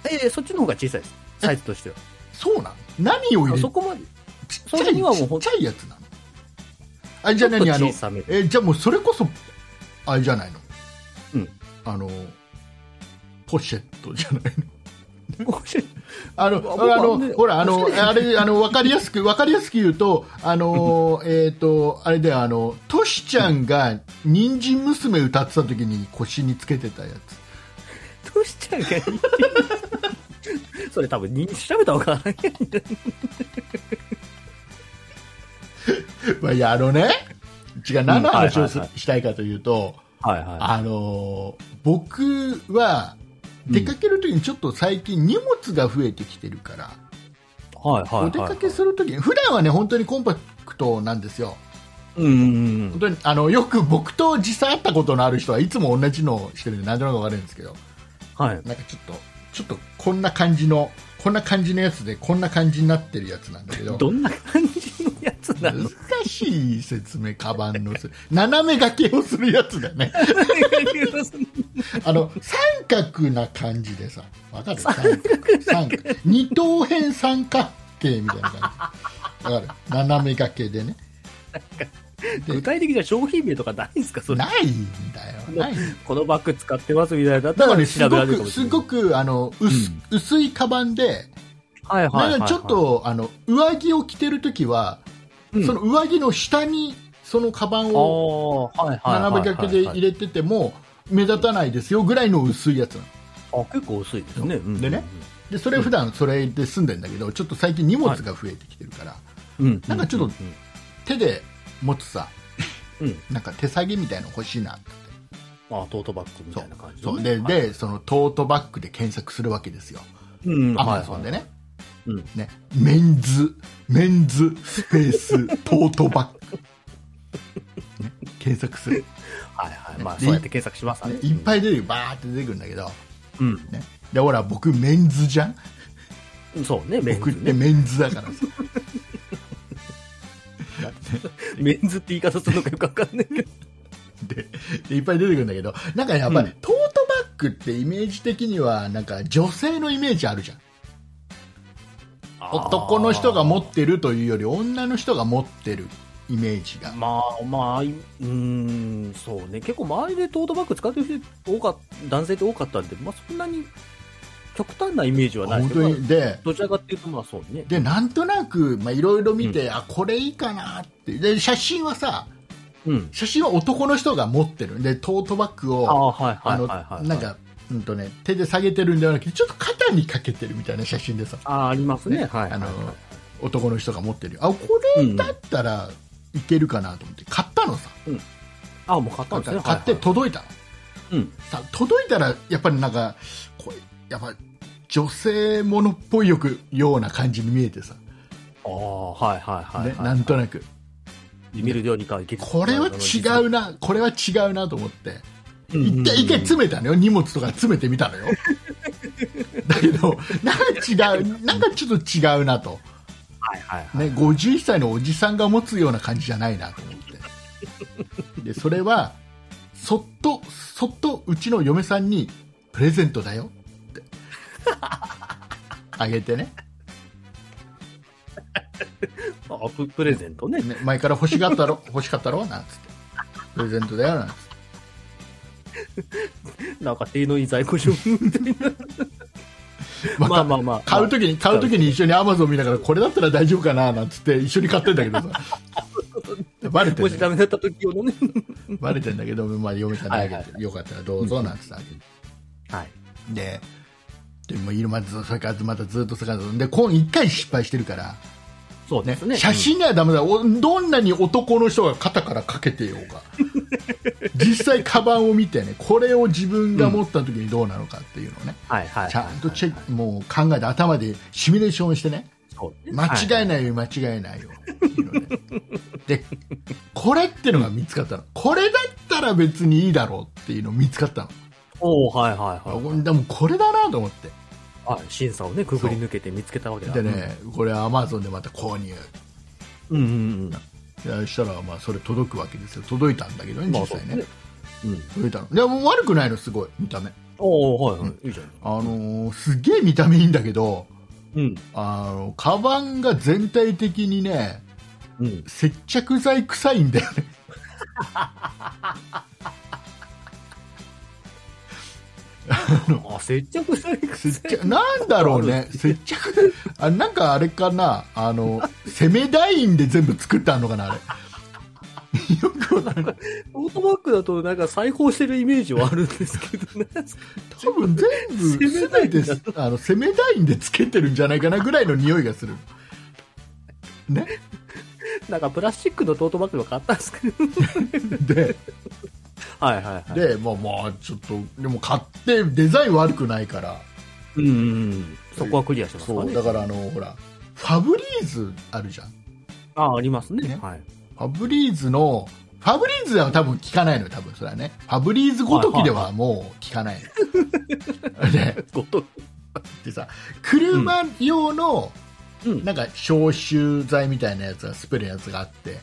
Speaker 3: ええそっちの方が小さいです。サイズとしては。
Speaker 2: そうなん何を入
Speaker 3: あ
Speaker 2: れ
Speaker 3: そこまで。
Speaker 2: ちっ
Speaker 3: そ
Speaker 2: ちゃ
Speaker 3: れ
Speaker 2: い
Speaker 3: にはもう
Speaker 2: ち
Speaker 3: ほ
Speaker 2: っ
Speaker 3: ん
Speaker 2: ちゃいやつなのあじゃあ何
Speaker 3: ちょ
Speaker 2: あ
Speaker 3: っと
Speaker 2: の
Speaker 3: 小さめ。
Speaker 2: えじゃあもうそれこそあれじゃないの
Speaker 3: うん
Speaker 2: あのポシェットじゃないの
Speaker 3: こうして
Speaker 2: あの、
Speaker 3: うわ
Speaker 2: あの
Speaker 3: 僕はね、
Speaker 2: ほら、あの、あれ、あの、わかりやすく、わかりやすく言うと、あ の、えっと、あれだよ、あの、トシちゃんが、人参娘歌ってた時に腰につけてたやつ。
Speaker 3: どうしちゃうか それ多分に、調べたらわからない。
Speaker 2: まあ、いや、あのね、違う、何の話
Speaker 3: は
Speaker 2: を
Speaker 3: い
Speaker 2: す
Speaker 3: はいは
Speaker 2: したいかというと、
Speaker 3: はいは
Speaker 2: あの、僕は、出かける時にちょっと最近荷物が増えてきてるから、
Speaker 3: い。はいはいはい。
Speaker 2: お出かけする時に、普段はね、本当にコンパクトなんですよ。
Speaker 3: うんうんう
Speaker 2: 本
Speaker 3: ん。
Speaker 2: 当にあのよく僕と実際会ったことのある人はいつも同じのをしてるんで何となくわかるんですけど
Speaker 3: はい。
Speaker 2: なんかちょっとちょっとこんな感じのこんな感じのやつでこんな感じになってるやつなんだけど
Speaker 3: どんな感じのやつな
Speaker 2: 難
Speaker 3: の
Speaker 2: しい説明カバンのす斜め掛けをするやつだねあの三角な感じでさわかる三角三角二等辺三角形みたいな感じわかる斜め掛けでね
Speaker 3: 具体的な商品名とかないんですかそれ。
Speaker 2: ないんだよないんだよ
Speaker 3: このバッグ使ってますみたいな。だっ
Speaker 2: だ
Speaker 3: た
Speaker 2: から
Speaker 3: ら
Speaker 2: ね、す
Speaker 3: 調べ
Speaker 2: ご
Speaker 3: られるか
Speaker 2: く、
Speaker 3: もし
Speaker 2: す
Speaker 3: れない
Speaker 2: ご。く、あの、薄、薄いカバンで、
Speaker 3: はいはいはいは。
Speaker 2: ないんかちょっと、あの、上着を着てるときは、
Speaker 3: うん、
Speaker 2: その上着の下に、そのカバンを
Speaker 3: ああ、はいはいはいはいはい。
Speaker 2: 斜め掛けで入れてても、目立たないですよぐらいの薄いやつなの。
Speaker 3: あ、結構薄いですね。うん
Speaker 2: でね。で、それ普段それで済んでんだけど、ちょっと最近荷物が増えてきてるから、
Speaker 3: うん。
Speaker 2: なんかちょっと
Speaker 3: うん
Speaker 2: 手で持つさ、
Speaker 3: うん。
Speaker 2: なんか手提げみたいなの欲しいなって。
Speaker 3: あトートバッグみたいな感じ
Speaker 2: そう。
Speaker 3: ね
Speaker 2: で、
Speaker 3: はい
Speaker 2: で、そのトートバッグで検索するわけですよ。
Speaker 3: うん。
Speaker 2: アマゾンで
Speaker 3: ね。
Speaker 2: ね。
Speaker 3: うん。
Speaker 2: ね、メンズ、メンズ、スペース、トートバッグ。ね検索する、
Speaker 3: はいはい。まあ、
Speaker 2: で
Speaker 3: そうやって検索しますから
Speaker 2: ね
Speaker 3: ね。
Speaker 2: いっぱい出るよバーって出てくるんだけど、
Speaker 3: うん。
Speaker 2: ね、でほら僕メンズじゃん
Speaker 3: そうね、メン
Speaker 2: 僕っ
Speaker 3: ズ
Speaker 2: て
Speaker 3: ね。
Speaker 2: メンズだからさ
Speaker 3: メンズって言い方するのかよくわかんないけど。
Speaker 2: ででいっぱい出てくるんだけどなんかやっぱり、
Speaker 3: うん
Speaker 2: トートバッグってイメージ的にはなんか女性のイメージあるじゃん 男の人が持ってるというより女の人が持ってるイメージが
Speaker 3: まあまあ、いうーん、そうね。結構周りでトートバッグ使ってる人多かっ男性って多かったんで、まあそんなに極端なイメージはな
Speaker 2: 本
Speaker 3: いですけ
Speaker 2: 当
Speaker 3: ど、ま
Speaker 2: にで
Speaker 3: あどちらかっていうとまあそうね。
Speaker 2: でなんとなくまあいろいろ見て、あこれいいかなってで写真はさ
Speaker 3: うん。
Speaker 2: 写真は男の人が持ってるんでトートバッグ
Speaker 3: あ
Speaker 2: を
Speaker 3: あ、はいはいはいはい、はい。
Speaker 2: なんか、うんとね、手で下げてるんではなくてちょっと肩にかけてるみたいな写真でさ
Speaker 3: ああ、ありますね。
Speaker 2: ね
Speaker 3: はいはいはい。
Speaker 2: あの男の人が持ってるよあこれだったらいけるかなと思って買ったのさ、
Speaker 3: あもう買ったんですね。
Speaker 2: 買って
Speaker 3: はいはい
Speaker 2: 届いたの、
Speaker 3: うん
Speaker 2: さ届いたらやっぱりなんかこれやっぱ女性ものっぽいよくような感じに見えてさ、
Speaker 3: ああ、はいはいはい、
Speaker 2: ね
Speaker 3: はい。
Speaker 2: なんとなく
Speaker 3: 見るようにか、結構
Speaker 2: これは違うなこれは違うなと思って。
Speaker 3: うんうんうん
Speaker 2: 一回一回詰めたのよ荷物とか詰めてみたの よだけどなんか違うなんかちょっと違うなと、
Speaker 3: はいはいはい。
Speaker 2: ね、51歳のおじさんが持つような感じじゃないなと思ってでそれはそっとそっとうちの嫁さんにプレゼントだよって あげてね
Speaker 3: あププレゼントね。
Speaker 2: ね前から欲しがったろ欲しかったろなんつってプレゼントだよなんつって
Speaker 3: なんか、手のいい在庫処分みたい
Speaker 2: ま
Speaker 3: な。
Speaker 2: あ
Speaker 3: まあまあまあ。
Speaker 2: 買うときに、買うときに一緒にアマゾン見ながら、これだったら大丈夫かななんつって、一緒に買ってんだけどさ。バレて
Speaker 3: も
Speaker 2: ん
Speaker 3: し
Speaker 2: だ
Speaker 3: ダメだった時用のね。
Speaker 2: けどバレてんだけど、まあ、嫁さんにあげて、
Speaker 3: はいは
Speaker 2: よかったらどうぞなんつってあげて。
Speaker 3: はい。
Speaker 2: で、でも、いるまず、それからまたずっとそれから、で、今一回失敗してるから、
Speaker 3: そう
Speaker 2: ね
Speaker 3: ですね。
Speaker 2: 写真にはダメだ、おどんなに男の人が肩からかけてよ うが実際、カバンを見てねこれを自分が持った時にどうなのかっていうのをね、
Speaker 3: うんはいはいはい。
Speaker 2: ちゃんとチェックもう考えて頭でシミュレーションしてね
Speaker 3: そう
Speaker 2: 間違い
Speaker 3: い。
Speaker 2: ないよ、間違いないよっていうのねでこれってのが見つかったのこれだったら別にいいだろうっていうの見つかったの
Speaker 3: おおはいはいはい。
Speaker 2: あでもこれだなと思って
Speaker 3: はい、審査をね、くぐり抜けて見つけたわけだ。
Speaker 2: でねこれアマゾンでまた購入
Speaker 3: うんうん
Speaker 2: そしたらまあそれ届くわけですよ届いたんだけどね
Speaker 3: うん。まあ
Speaker 2: 実
Speaker 3: そう
Speaker 2: 際
Speaker 3: で
Speaker 2: ね,、
Speaker 3: すね。うん。
Speaker 2: 届いたのでも悪くないのすごい見た目
Speaker 3: おおはいはい。いいじゃん。
Speaker 2: あのーすげえ見た目いいんだけど
Speaker 3: うん。
Speaker 2: あのカバンが全体的にね
Speaker 3: うん。
Speaker 2: 接着剤臭いんだよね
Speaker 3: あ、接着剤
Speaker 2: 接
Speaker 3: 癖。
Speaker 2: 着なんだろう ね接着剤あなんかあれかなあの攻めダインで全部作ってあるのかなあれよくわからない
Speaker 3: オートバッグだとなんか裁縫してるイメージはあるんですけど、なんか
Speaker 2: 多分全部
Speaker 3: 攻め
Speaker 2: 全てあの攻めダインでつけてるんじゃないかなぐらいの匂いがするね
Speaker 3: なんかプラスチックのトートバッグが買ったんですけど。
Speaker 2: で
Speaker 3: はいはい はい。
Speaker 2: でまあまあちょっとでも買ってデザイン悪くないから
Speaker 3: うんうんうん。そこはクリアしてますか
Speaker 2: そ
Speaker 3: らね。
Speaker 2: うだからあのほらファブリーズあるじゃん
Speaker 3: ああ、ありますね。
Speaker 2: ね
Speaker 3: はい。
Speaker 2: ファブリーズのファブリーズでは多分聞かないのよ多分それはねファブリーズごときではもう聞かないの、 で
Speaker 3: ごと。
Speaker 2: でさ車用の
Speaker 3: うん。
Speaker 2: なんか消臭剤みたいなやつがスプレーのやつがあって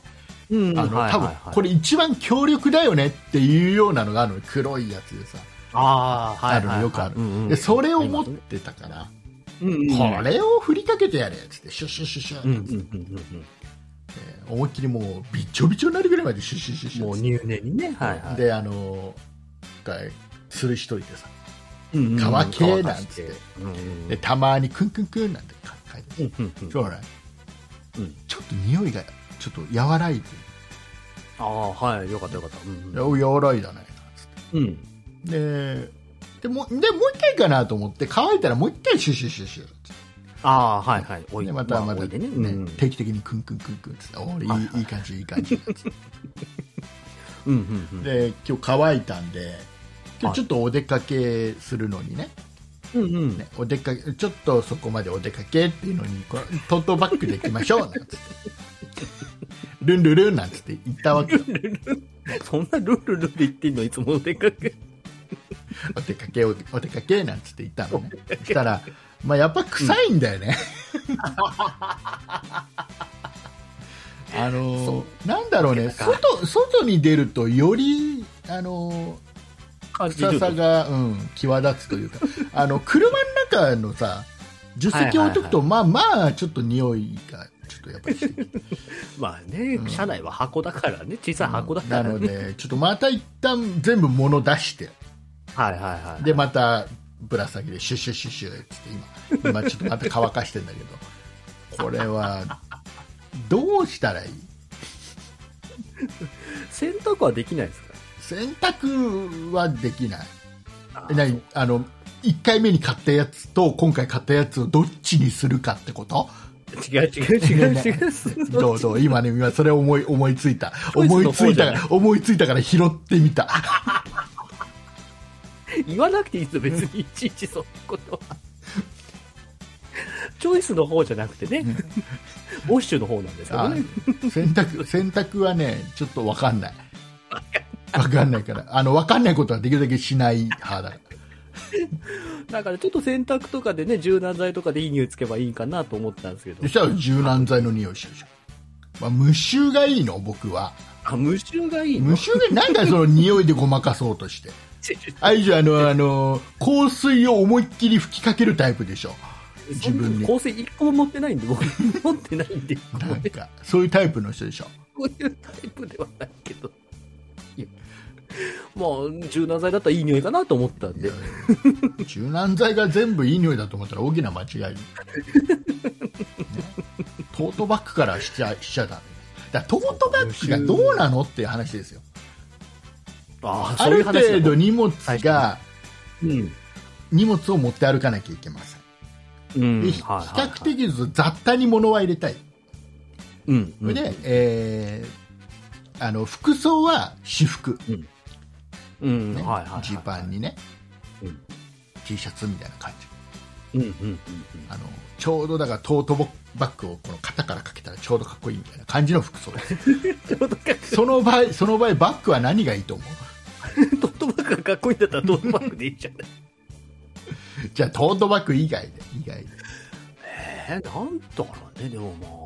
Speaker 3: うん。
Speaker 2: あの、
Speaker 3: はい
Speaker 2: 多
Speaker 3: はい
Speaker 2: 分
Speaker 3: はい
Speaker 2: これ一番強力だよねっていうようなのがあるの黒いやつでさ、
Speaker 3: ああ、はいはいは
Speaker 2: あ
Speaker 3: い。
Speaker 2: るよくある
Speaker 3: うんうん
Speaker 2: でそれを持ってたから、
Speaker 3: うんうんうん
Speaker 2: これを振りかけてやれっつってシュッシュッシュッシュッ、
Speaker 3: うんうんうん
Speaker 2: 思いっきりもうびっちょびちょになるぐらいまでシュッシュッシュッ
Speaker 3: う
Speaker 2: シ
Speaker 3: ん。
Speaker 2: ュッ
Speaker 3: もう入念にね。はいはい。
Speaker 2: であの一回するしといてさ
Speaker 3: うんうんうん、
Speaker 2: 乾けなんつって
Speaker 3: うんうん
Speaker 2: でたまにクンクンクンなんて書いて
Speaker 3: うんうんうん
Speaker 2: 将来、
Speaker 3: うん
Speaker 2: ちょっと匂いがちょっと和らいで、
Speaker 3: ああ、はい、よかったよかった。うんうん
Speaker 2: お和らいだねっつって
Speaker 3: うん。
Speaker 2: ででもでもう一回かなと思って乾いたらもう一回シュッシュッシュッシュッつって
Speaker 3: ああ、はいはい。おい
Speaker 2: でまたまた、
Speaker 3: おいでね。う
Speaker 2: ね
Speaker 3: ん
Speaker 2: 定期的にクンクンクンクンっつって「おーいい,、
Speaker 3: はい
Speaker 2: い
Speaker 3: はい
Speaker 2: い、感じいい感じ」つって
Speaker 3: うんうんうん。
Speaker 2: で今日乾いたんで今日ちょっとお出かけするのにね,、
Speaker 3: うんうん。
Speaker 2: ねお出かけちょっとそこまでお出かけっていうのにこうトートバッグで行きましょうなんつ ってルンルルンなんつって行ったわけよ
Speaker 3: そんなルルルで言ってんのいつもお出かけ。
Speaker 2: お出かけお出お出かけなんつって言ったのねそしたら、まあ、やっぱ臭いんだよね、あのーなんだろうね
Speaker 3: なかな
Speaker 2: 外外に出るとよりあの
Speaker 3: 感
Speaker 2: ー臭さが、うん、際立つというかあの車の中のさ助手席置いとくと、まあまあちょっと匂いがちょっとやっぱりしてきて
Speaker 3: まあね、車内は箱だからね。小さい箱だか
Speaker 2: な
Speaker 3: ら
Speaker 2: の
Speaker 3: ね。
Speaker 2: でちょっとまた一旦全部物出して
Speaker 3: はいはいはい。
Speaker 2: でまたぶら下げでシュッシュッシュッシュッつって今今ちょっとまた乾かしてんだけどこれはどうしたらいい
Speaker 3: 洗濯はできないですか
Speaker 2: 洗濯はできない
Speaker 3: あ
Speaker 2: え何あの1回目に買ったやつと今回買ったやつをどっちにするかってこと
Speaker 3: 違う違う違う違う。
Speaker 2: どうぞ今ね今それ思い思いついた
Speaker 3: イズ
Speaker 2: 思
Speaker 3: の
Speaker 2: いつ
Speaker 3: 方
Speaker 2: い
Speaker 3: じゃな
Speaker 2: た
Speaker 3: い
Speaker 2: から思いついたから拾ってみた
Speaker 3: 言わなくていいですよ、別にいちいちそんなことは。チョイスの方じゃなくてね、ウォッシュの方なんですけど
Speaker 2: あ
Speaker 3: ね。
Speaker 2: 洗濯洗濯はねちょっと分かんない分かんないからあの分かんないことはできるだけしない派だから
Speaker 3: だからちょっと洗濯とかでね、柔軟剤とかでいい匂いつけばいいかなと思ったんですけど
Speaker 2: そし。たら柔軟剤の匂いしてるじゃん。まあ、無臭がいいの僕は。
Speaker 3: あ、無臭がいい
Speaker 2: 無
Speaker 3: の
Speaker 2: 臭がいい。なんだよその匂いでごまかそうとして。あれじゃあの、あの、香水を思いっきり吹きかけるタイプでしょ。自分で
Speaker 3: 構成一個も持ってないんで、僕 持ってないんで、こ
Speaker 2: なんか、そういうタイプの人でしょ。
Speaker 3: ういうタイプではないけど。いやまあ、柔軟剤だったらいい匂いかなと思ったんで。
Speaker 2: 柔軟剤が全部いい匂いだと思ったら大きな間違い、ねトートバッグからしちゃ、しちゃダメ。だからトートバッグがどうなのっていう話ですよ。
Speaker 3: ああ、
Speaker 2: あ
Speaker 3: そういう
Speaker 2: る
Speaker 3: 話だ
Speaker 2: 程度荷物
Speaker 3: 最初
Speaker 2: が、
Speaker 3: うん。
Speaker 2: 荷物を持って歩かなきゃいけません。
Speaker 3: うん。
Speaker 2: で
Speaker 3: はい
Speaker 2: 比
Speaker 3: はいはい
Speaker 2: 較的ず雑多に物は入れたい
Speaker 3: うん。
Speaker 2: それで、えーあの服装は私服、
Speaker 3: うん、
Speaker 2: ね
Speaker 3: はいはいはい。
Speaker 2: ジーパンにね、
Speaker 3: うん
Speaker 2: T シャツみたいな感じ
Speaker 3: うんうんうん
Speaker 2: あのちょうどだからトートバッグをこの肩からかけたらちょうどかっこいいみたいな感じの服装です
Speaker 3: ちょっとか、
Speaker 2: その場合その場合バッグは何がいいと思う
Speaker 3: トートバッグがかっこいいんだったらトートバッグでいいじゃない。
Speaker 2: じゃあトートバッグ以外で以外で
Speaker 3: えー、なんだろうね、でもまあ。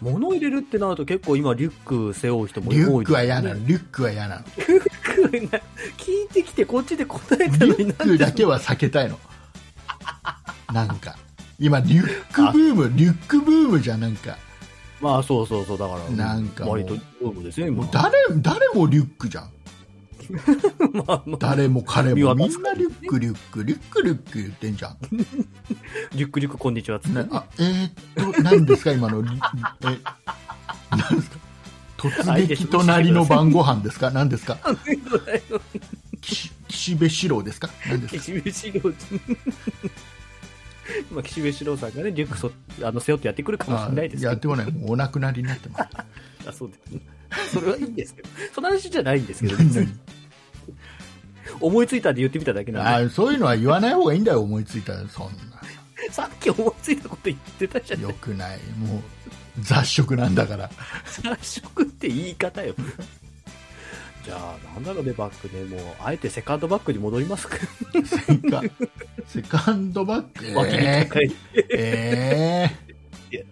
Speaker 3: 物を入れるってなると結構今リュック背負う人も多い
Speaker 2: リ
Speaker 3: です
Speaker 2: ュ
Speaker 3: よね
Speaker 2: ックは嫌なのリュックは嫌なの
Speaker 3: 聞いてきてこっちで答えた
Speaker 2: リ
Speaker 3: の
Speaker 2: ュ
Speaker 3: に
Speaker 2: ッ
Speaker 3: なん
Speaker 2: クだ
Speaker 3: で
Speaker 2: けは避け たいのなんか今リュックブームリュックブームじゃんなんか
Speaker 3: まあそうそうそうだから
Speaker 2: なんかもう
Speaker 3: 割とブームですね今
Speaker 2: もう誰誰もリュックじゃん
Speaker 3: まあまあ
Speaker 2: 誰も彼
Speaker 3: 見
Speaker 2: もみ
Speaker 3: 渡
Speaker 2: ん
Speaker 3: す
Speaker 2: なリュックリュックリュックリュック言ってんじゃん
Speaker 3: リュックリュックこんにちはっつって
Speaker 2: なあえー、っと何ですか今 のリえ何ですか突撃隣の晩ご飯ですか何ですか岸岸辺四郎ですか何ですか
Speaker 3: 岸辺四郎今岸辺四郎さんがねリュックそあの背負ってやってくるかもしれないですけど
Speaker 2: やってもないもうお亡くなりになってます
Speaker 3: あそうですね それはいいんですけどその話じゃないんですけど
Speaker 2: 何々
Speaker 3: 思いついたんで言ってみただけなんで
Speaker 2: あそういうのは言わない方がいいんだよ思いついたらそん
Speaker 3: さっき思いついたこと言ってたじゃ
Speaker 2: な
Speaker 3: な
Speaker 2: よ
Speaker 3: い
Speaker 2: くないもう雑食なんだから
Speaker 3: 雑食って言い方よじゃあなんだろうねバックねもうあえてセカンドバックに戻りますか
Speaker 2: セ カセカンドバッグ
Speaker 3: 脇に
Speaker 2: えー
Speaker 3: 抱えて
Speaker 2: え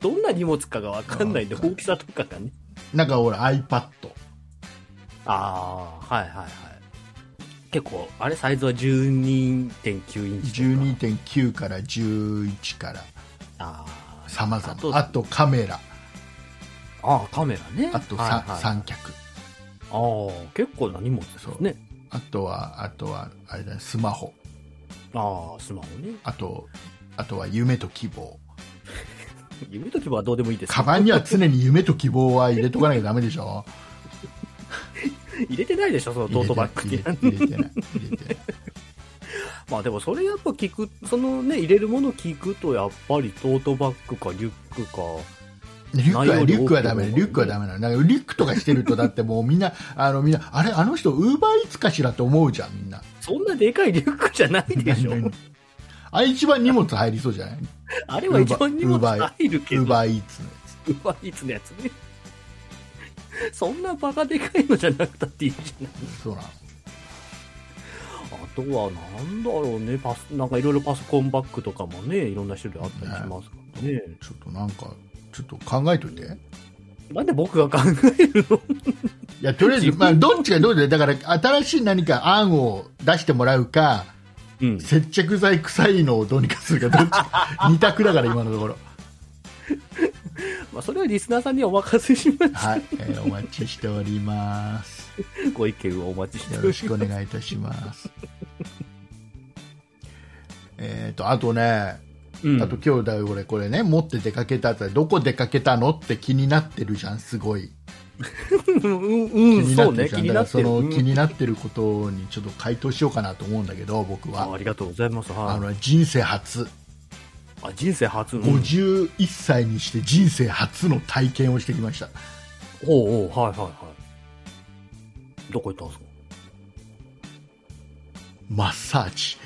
Speaker 3: どんな荷物かがわかんないんで
Speaker 2: わかんない
Speaker 3: 大きさとかがね
Speaker 2: ーなんかほら iPad
Speaker 3: ああはいはいはい結構あれサイズは12.9インチとか
Speaker 2: 12.9から11から
Speaker 3: あー
Speaker 2: さまざ
Speaker 3: あと
Speaker 2: まあとカメラ
Speaker 3: あーカメラね
Speaker 2: あと、さ
Speaker 3: はいはい
Speaker 2: 三脚
Speaker 3: ああ結構な荷物ですね
Speaker 2: あとはあとはあれだねスマホ
Speaker 3: ああスマホね
Speaker 2: あとあとは夢と希望
Speaker 3: 夢と希望はどうでもいいです
Speaker 2: カバンには常に夢と希望は入れとかなきゃダメでし ょ
Speaker 3: 入れてないでしょそのトートバッグに
Speaker 2: 入れてない入れてない入れてない
Speaker 3: まあでもそれやっぱ聞くそのね入れるもの聞くとやっぱりトートバッグかリュック か
Speaker 2: リュックは、
Speaker 3: 内容量
Speaker 2: リュックはダメ
Speaker 3: 多い
Speaker 2: だよ
Speaker 3: もんね
Speaker 2: リュックはダメなの。なんかリュックとかしてると、だってもうみんな、あのみんな、あれ、あの人、ウーバーイーツかしらって思うじゃん、みんな。
Speaker 3: そんなでかいリュックじゃないでしょ
Speaker 2: あれ一番荷物入りそうじゃない
Speaker 3: あれは一番荷物入る
Speaker 2: ウ
Speaker 3: けど
Speaker 2: ーバーイーツのやつ。
Speaker 3: ウーバーイーツのやつね。そんなバカでかいのじゃなくたっていいじゃない。
Speaker 2: そうなの。
Speaker 3: あとはなんだろうね、パス、なんかいろいろパソコンバッグとかもね、いろんな種類あったりしますからね。
Speaker 2: ちょっとなんか、ちょっと考えといて。
Speaker 3: なんで僕が考えるの
Speaker 2: いや、とりあえ ず、まあ、どっちがどうで、だから、新しい何か案を出してもらうか、
Speaker 3: うん。
Speaker 2: 接着剤臭いのをどうにかするか、どっち か、二択だから、今のところ。
Speaker 3: まあそれはリスナーさんにお任せします。
Speaker 2: はい、えーお待ちしております。
Speaker 3: ご意見をお待ちして
Speaker 2: よ
Speaker 3: お
Speaker 2: ろ
Speaker 3: ります
Speaker 2: しくお願いいたします。えっと、あとね、
Speaker 3: うん
Speaker 2: あと今日だよ、俺、これね、持って出かけたって、どこ出かけたのって気になってるじゃん、すごい。
Speaker 3: うん、うん、うん、そうね、
Speaker 2: じ
Speaker 3: 気
Speaker 2: ゃん
Speaker 3: に
Speaker 2: だか
Speaker 3: な
Speaker 2: ら
Speaker 3: って
Speaker 2: そ
Speaker 3: る。
Speaker 2: の
Speaker 3: うん
Speaker 2: 気になってることにちょっと回答しようかなと思うんだけど、僕
Speaker 3: あ
Speaker 2: は。
Speaker 3: ありがとうございます。
Speaker 2: あ
Speaker 3: は
Speaker 2: の人生初、
Speaker 3: い。あ、人生初の。うん
Speaker 2: 51歳にして人生初の体験をしてきました。
Speaker 3: おうおう、はいはいはい。どこ行ったんですか
Speaker 2: マッサージ。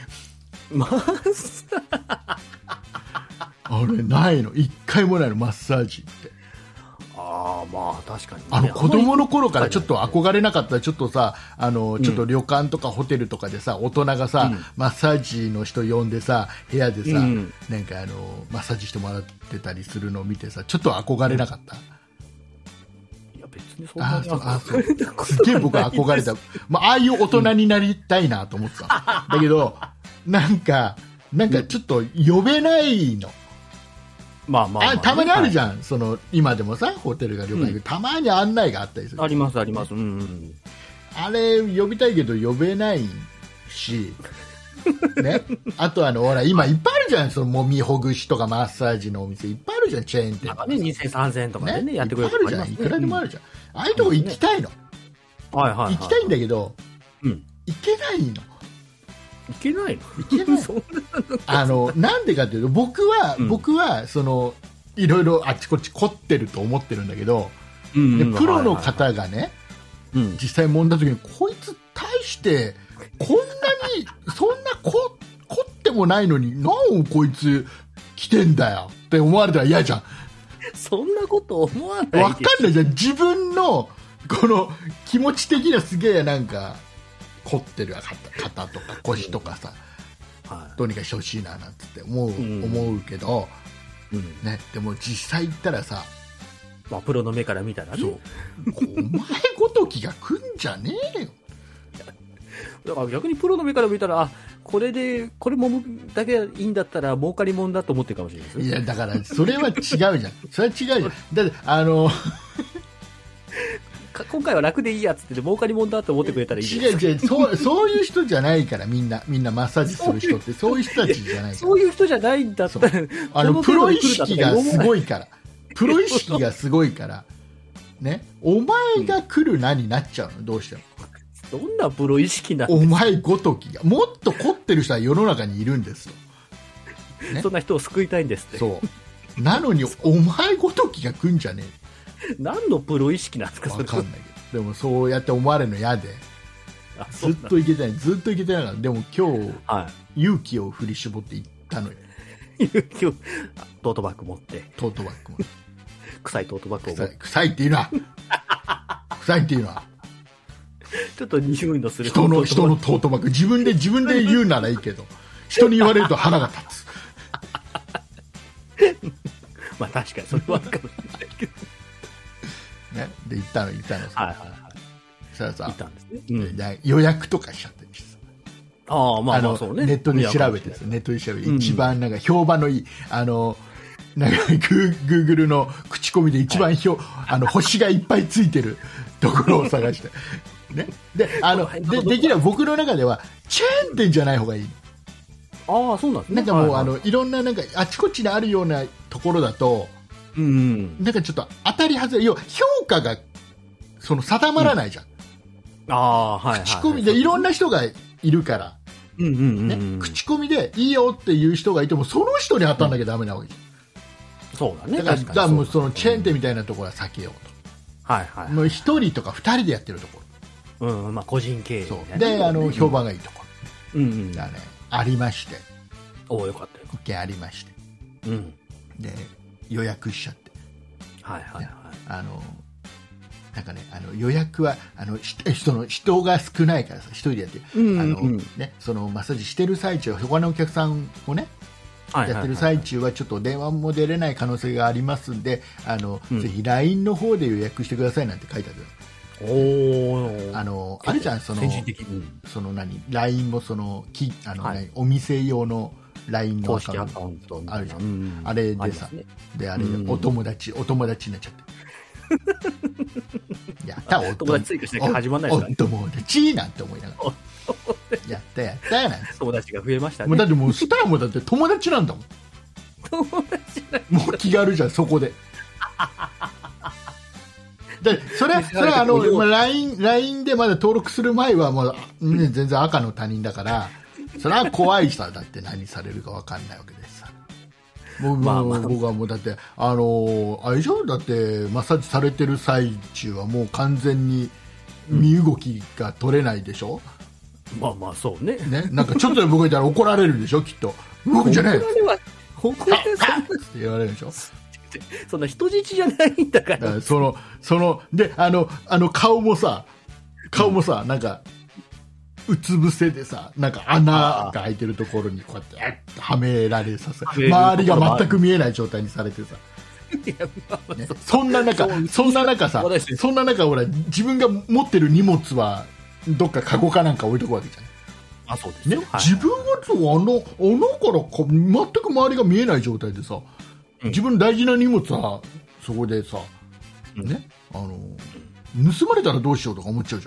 Speaker 3: マッサージ
Speaker 2: あれ、ないの。一回もないの、マッサージって。
Speaker 3: ああ、まあ確かにね、
Speaker 2: あの子供の頃から
Speaker 3: はい
Speaker 2: ちょっと憧れなかった、ちょっとさ、あのちょっと旅館とかホテルとかでさ、大人がさ、
Speaker 3: うん
Speaker 2: マッサージの人呼んでさ、部屋でさ、
Speaker 3: うん
Speaker 2: なんかあのマッサージしてもらってたりするのを見てさ、ちょっと憧れなかった、
Speaker 3: いや、別にそんな
Speaker 2: あ
Speaker 3: に
Speaker 2: そうあそう
Speaker 3: 憧れた こと
Speaker 2: すっげえ僕は憧れ
Speaker 3: た。
Speaker 2: た、まあ、ああいう大人になりたいなと思ってた、だけど、なんか、なんかちょっと呼べないの。
Speaker 3: まあまあ、まあ
Speaker 2: あ
Speaker 3: ね
Speaker 2: たまにあるじゃ
Speaker 3: は
Speaker 2: ん、その今でもさホテルが旅館行く、
Speaker 3: うん
Speaker 2: たまに案内があったりす
Speaker 3: い
Speaker 2: る
Speaker 3: あります、あります。うんうん。
Speaker 2: あれ呼びたいけど呼べないし、ね、あとあのほら今いっぱいあるじゃんその揉みほぐしとかマッサージのお店いっぱいあるじゃんチェーン店と
Speaker 3: なん
Speaker 2: か
Speaker 3: かね、2000、3000とかでね、やってくれ
Speaker 2: いっぱ
Speaker 3: る
Speaker 2: いあるじ
Speaker 3: とか
Speaker 2: ゃんい
Speaker 3: ありますね
Speaker 2: くらでもあるじゃん、ああいうとこ行きたいの、
Speaker 3: うんはいはい、はい。
Speaker 2: 行きたいんだけど、
Speaker 3: うん
Speaker 2: 行けないの
Speaker 3: 行けないの
Speaker 2: 行けない
Speaker 3: そんな
Speaker 2: あのなんでかというと僕は、
Speaker 3: うん
Speaker 2: 僕はそのいろいろあっちこっち凝ってると思ってるんだけど、
Speaker 3: うん
Speaker 2: で
Speaker 3: うん
Speaker 2: プロの
Speaker 3: はいはい
Speaker 2: 方がね、
Speaker 3: うん
Speaker 2: 実際揉んだ時にこいつ大してこんなにそんなこ凝ってもないのに何をこいつ来てんだよって思われたら嫌じゃん
Speaker 3: そんなこと思わないで
Speaker 2: 分かんないじゃん自分のこの気持ち的なすげえなんか凝ってる肩とか腰とかさ
Speaker 3: は
Speaker 2: どうにかしてほしいななんつって思う,、
Speaker 3: うん
Speaker 2: 思うけど、
Speaker 3: いうん
Speaker 2: ね、でも実際行ったらさ
Speaker 3: まあ、プロの目から見たら
Speaker 2: そ
Speaker 3: ね
Speaker 2: うお前ごときが来んじゃねえよ
Speaker 3: だから逆にプロの目から見たらあこれでこれもむだけいいんだったら儲かりもんだと思ってるかもしれないです
Speaker 2: い
Speaker 3: ね
Speaker 2: やだからそれは違うじゃん それは違うじゃんだってあの
Speaker 3: か今回は楽でいいやっつってて儲かりもんだと思ってくれたらいいじゃない
Speaker 2: 違う違うそうそういう人じゃないからみんなみんなマッサージする人ってそういう人たちじゃないか
Speaker 3: そういう人じゃないんだったら
Speaker 2: らあの
Speaker 3: こ
Speaker 2: プロ
Speaker 3: 程度で
Speaker 2: 意
Speaker 3: 来るだと
Speaker 2: 識
Speaker 3: か
Speaker 2: が
Speaker 3: 思わ
Speaker 2: す
Speaker 3: ない
Speaker 2: ごいからプロ意識がすごいからねお前が来るなになっちゃうのどうしても
Speaker 3: どんなプロ意識なの
Speaker 2: お前ごときがもっと凝ってる人は世の中にいるんですよね
Speaker 3: そんな人を救いたいんですって
Speaker 2: そうなのにお前ごときが来んじゃね
Speaker 3: 何のプロ意識なんです
Speaker 2: え
Speaker 3: かそ
Speaker 2: わ
Speaker 3: れ
Speaker 2: かんないけどでもそうやって思われるの嫌で
Speaker 3: あそ
Speaker 2: ず
Speaker 3: う
Speaker 2: っといけてないずっといけてないからでも今日
Speaker 3: は
Speaker 2: 勇気を振り絞って行ったのよ
Speaker 3: い 勇気をあトートバッグ持って
Speaker 2: トートバッグも
Speaker 3: 臭いトートバッグ
Speaker 2: 臭
Speaker 3: を持っ
Speaker 2: い
Speaker 3: て
Speaker 2: 臭いっていう のは臭いっていうのは
Speaker 3: ちょっと匂いのする
Speaker 2: 人の人
Speaker 3: の
Speaker 2: のトートバッグ自分で自分で言うならいいけど人に言われると腹が立つ
Speaker 3: まあ確かにそれはあるか もしれないけど
Speaker 2: ねで行ったの行ったの
Speaker 3: はいはいは
Speaker 2: さあ
Speaker 3: いい
Speaker 2: さ
Speaker 3: たんですね、うん、
Speaker 2: で予約とかしちゃって
Speaker 3: ああまあまあ
Speaker 2: の
Speaker 3: そうね
Speaker 2: ネットで調べて
Speaker 3: いや
Speaker 2: ネットで調べて
Speaker 3: うん
Speaker 2: 一番なんか評判のいいあのなんかグーグーグルの口コミで一番ひょ、あの星がいっぱいついてる ところを探して、ね、であのでできれば僕の中ではチェーン店じゃない方がいい
Speaker 3: ああそうなんですね
Speaker 2: なんかもう、
Speaker 3: はいはい
Speaker 2: い、あのいろんななんかあちこちにあるようなところだと
Speaker 3: うんうん
Speaker 2: なんかちょっと当たり外れ要は評価がその定まらないじゃん、
Speaker 3: ああはいはい
Speaker 2: 口コミでいろんな人がいるから、
Speaker 3: うんうんうん
Speaker 2: ね
Speaker 3: うん
Speaker 2: 口コミでいいよっていう人がいてもその人に当たらなきゃダメなわけじ
Speaker 3: そうだ
Speaker 2: ゃん、
Speaker 3: ね
Speaker 2: だから
Speaker 3: 確
Speaker 2: だ
Speaker 3: か
Speaker 2: か
Speaker 3: に
Speaker 2: らもうその
Speaker 3: だね
Speaker 2: チェーン店みたいなところは避けよう
Speaker 3: はいは
Speaker 2: と、
Speaker 3: い
Speaker 2: もう一人とか二人でやってるとこ
Speaker 3: うんうんまあ個人経営
Speaker 2: ろ
Speaker 3: み
Speaker 2: そう
Speaker 3: たいなね
Speaker 2: であの評判がいいとこ
Speaker 3: うんうん
Speaker 2: ろがね、ありまして
Speaker 3: おおよかったよかっ
Speaker 2: 一件ありまして
Speaker 3: たうん
Speaker 2: で予約しちゃって
Speaker 3: はいはいはい
Speaker 2: あのなんかね、あの予約はあのしその人が少ないからさ一人でやってる、
Speaker 3: うん
Speaker 2: あ
Speaker 3: うん
Speaker 2: の
Speaker 3: うん
Speaker 2: ね、そのマッサージしてる最中他のお客さんを、ね、
Speaker 3: はいはいはい
Speaker 2: やってる最中はちょっと電話も出れない可能性がありますんであの、
Speaker 3: うん
Speaker 2: ぜひ LINE の方で予約してくださいなんて書いてある
Speaker 3: おお
Speaker 2: あのあるじゃんその
Speaker 3: 先進的うん
Speaker 2: その何 LINE もそのきあの、
Speaker 3: はい
Speaker 2: 何お店用の LINE の
Speaker 3: 公
Speaker 2: アカ
Speaker 3: 式
Speaker 2: ウ
Speaker 3: ア
Speaker 2: ン
Speaker 3: カ
Speaker 2: ト
Speaker 3: ウントみたいな
Speaker 2: あるじゃん
Speaker 3: うん
Speaker 2: あれでさ
Speaker 3: りますね
Speaker 2: であれ
Speaker 3: うん
Speaker 2: お友達お友達になっちゃ ってやったお
Speaker 3: 友達追加しなきゃ始まんないですからね
Speaker 2: お友達なんて思いながらやったやったやなんて
Speaker 3: 友達が増えました
Speaker 2: もうだ
Speaker 3: ね
Speaker 2: ってもうスターもだって友達なんだもん
Speaker 3: 友達が
Speaker 2: もう気軽じゃん、そこで。でそれはそれはあの、まあ、LINE, LINE でまだ登録する前はもう、ね、全然赤の他人だからそれは怖いさだって何されるか分かんないわけですさもう
Speaker 3: まあまあ
Speaker 2: もう僕はもうだってあのあれでしょだってマッサージされてる最中はもう完全に身動きが取れないでしょ、
Speaker 3: まあまあそうね
Speaker 2: ね、なんかちょっとでも動いたら怒られるでしょきっと動くんじゃないよ
Speaker 3: 怒られは怒られはそんな
Speaker 2: って言われるで しょ
Speaker 3: そんな人質じゃないんだか
Speaker 2: だかららその、その、で、あの、あの顔もさ、顔もさ、なんか、うつ伏せでさ、なんか穴が開いてるところにこうやってあっとはめられさせ、
Speaker 3: めるところもあ
Speaker 2: 周
Speaker 3: る
Speaker 2: りが全く見えない状態にされてさ、
Speaker 3: い やまあまあ
Speaker 2: ねそんな中、そんな中さ
Speaker 3: そうです、
Speaker 2: そんな中、ほら、自分が持ってる荷物は、どっかカゴかなんか置いとくわけじゃない。
Speaker 3: あそうです
Speaker 2: ね
Speaker 3: よはい
Speaker 2: 自分はあの穴からこ全く周りが見えない状態でさ、
Speaker 3: うん
Speaker 2: 自分の大事な荷物はそこでさ、
Speaker 3: うん
Speaker 2: ね、あの盗まれたらどうしようとか思っちゃう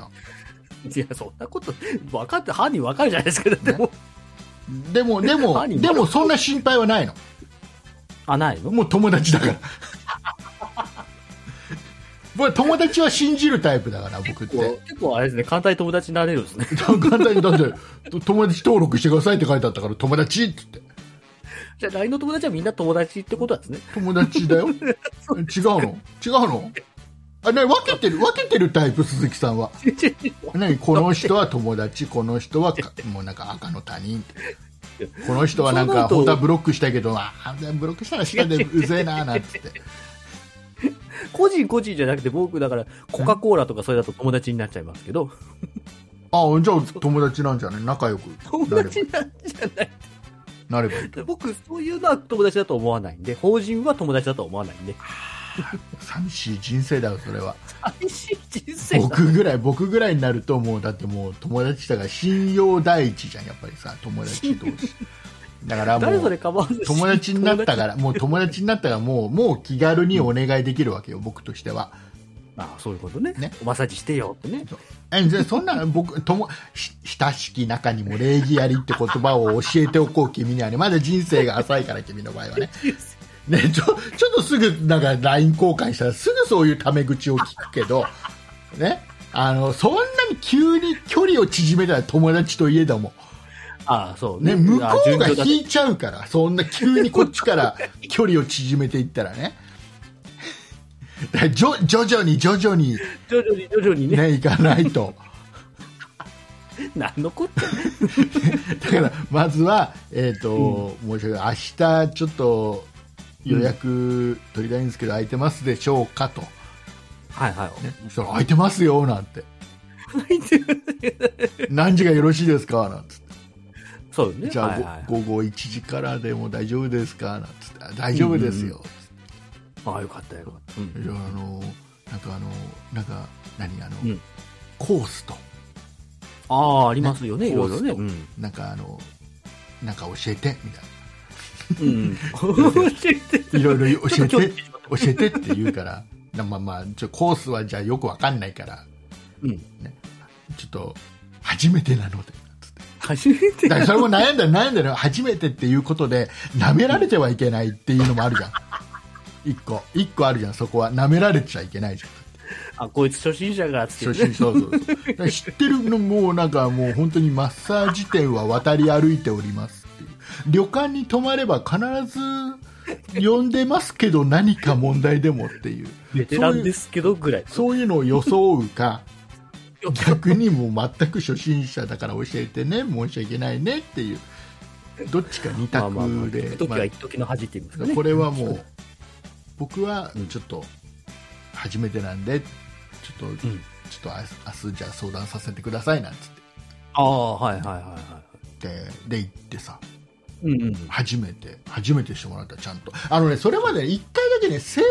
Speaker 2: じゃ
Speaker 3: いやそんなこと分かって犯人分かるじゃないですかだってもう
Speaker 2: うんでもでも
Speaker 3: 何
Speaker 2: でもそんな心配はないの
Speaker 3: あないの
Speaker 2: もう友達だ から僕は友達は信じるタイプだから僕って
Speaker 3: 結構あれですね簡単に友達になれるんですね
Speaker 2: 簡単にだって友達登録してくださいって書いてあったから友達って言って
Speaker 3: じゃあ LINE の友達はみんな友達ってことなんですね。
Speaker 2: 友達だよ違うの違うのあね分けてる分けてるタイプ鈴木さ んは何この人は友達この人はかもうなんか赤の他人この人はなんか
Speaker 3: そうなると
Speaker 2: 本当はブロックしたいけどあーブロックしたら下でうぜえななんつって
Speaker 3: 個人個人じゃなくて僕だからコカ・コーラとかそれだと友達になっちゃいますけど、
Speaker 2: あじゃあ友達なんじゃない仲良く
Speaker 3: 友
Speaker 2: なれば
Speaker 3: 達なんじゃない
Speaker 2: なればいいと
Speaker 3: 僕そういうのは友達だと思わないんで、法人は友達だと思わないんで、
Speaker 2: 寂しい人生だよそれは
Speaker 3: 寂しい人生だ
Speaker 2: 僕ぐらい僕ぐらいになるともうだってもう友達だから信用第一じゃんやっぱりさ友達同士だからも
Speaker 3: 誰そうれ構わず
Speaker 2: 友達になった
Speaker 3: ら。
Speaker 2: からもう 友達になったからもうもう気軽にお願いできるわけよ、僕としては
Speaker 3: ああ、そういうことね。
Speaker 2: ね
Speaker 3: おマッサージしてよってね。
Speaker 2: えじゃあそんなの僕ともし親しき中にも礼儀ありって言葉を教えておこう君にはねまだ人生が浅いから君の場合 はねねちょちょっとすぐなんか LINE 交換したらすぐそういうタメ口を聞くけどねあのそんなに急に距離を縮めたら友達といえども
Speaker 3: ああ、そう
Speaker 2: ね、
Speaker 3: ね。
Speaker 2: 向こ
Speaker 3: ああ
Speaker 2: う
Speaker 3: 順
Speaker 2: が
Speaker 3: 調だ
Speaker 2: 引いちゃうから、そんな急にこっち から距離を縮めていったらね。 だからじょ徐々に徐々に
Speaker 3: 徐々に徐々にね。
Speaker 2: ね、行かない と。
Speaker 3: 何のこっちゃ。
Speaker 2: だから、まずは、えっ、と、申し訳ない。明日、ちょっと予約取りたいんですけど、空いてますでしょうかと。
Speaker 3: はいはい。
Speaker 2: そしたら空いてますよ、なんて。何時がよろしいですかなんつって。
Speaker 3: そうね。
Speaker 2: じゃあ、
Speaker 3: はいはい
Speaker 2: ご午後1時からでも大丈夫ですかなんつってあ。大丈夫ですよ。
Speaker 3: ああ、よかったよかった。うん
Speaker 2: いやあのなんかあのなんか何あの、
Speaker 3: うん
Speaker 2: コースと
Speaker 3: ああ、ありますよね、
Speaker 2: ね
Speaker 3: いろいろね。
Speaker 2: コ
Speaker 3: う
Speaker 2: ー
Speaker 3: ん。
Speaker 2: なんかあのなんか教えてみたい
Speaker 3: うん。
Speaker 2: ないろいろ教え
Speaker 3: ちょって
Speaker 2: 教えてって言うからなまあまあちょコースはじゃあよくわかんないから
Speaker 3: うん。
Speaker 2: ちょっと初めてなのでつって
Speaker 3: 初めて
Speaker 2: だからそれも悩んだ悩んだの初めてっていうことで舐められてはいけないっていうのもあるじゃん一個一個あるじゃんそこは舐められちゃいけないじゃん
Speaker 3: あ、こいつ初心者が、つ
Speaker 2: 初
Speaker 3: ってね。
Speaker 2: 心そうそうそうだから知ってるのもうなんかもう本当にマッサージ店は渡り歩いておりますっていう旅館に泊まれば必ず呼んでますけど何か問題でもっていう
Speaker 3: ベテランですすけど、ぐらい。
Speaker 2: そういうのを装うか逆にもう全く初心者だから教えてね申し訳ないねっていうどっちか二
Speaker 3: まあまあまあ、
Speaker 2: 択で
Speaker 3: 一時は一時の恥っていうんですか
Speaker 2: まあ
Speaker 3: ね。
Speaker 2: これはもう僕はちょっと初めてなんでちょっと、
Speaker 3: うん
Speaker 2: ちょっとあ明日じゃあ相談させてくださいなんつって
Speaker 3: ああ、はいはいはいは
Speaker 2: でで行ってさ
Speaker 3: い。うんうん。
Speaker 2: 初めて初めてしてもらったちゃんとあのねそれまで1回だけね整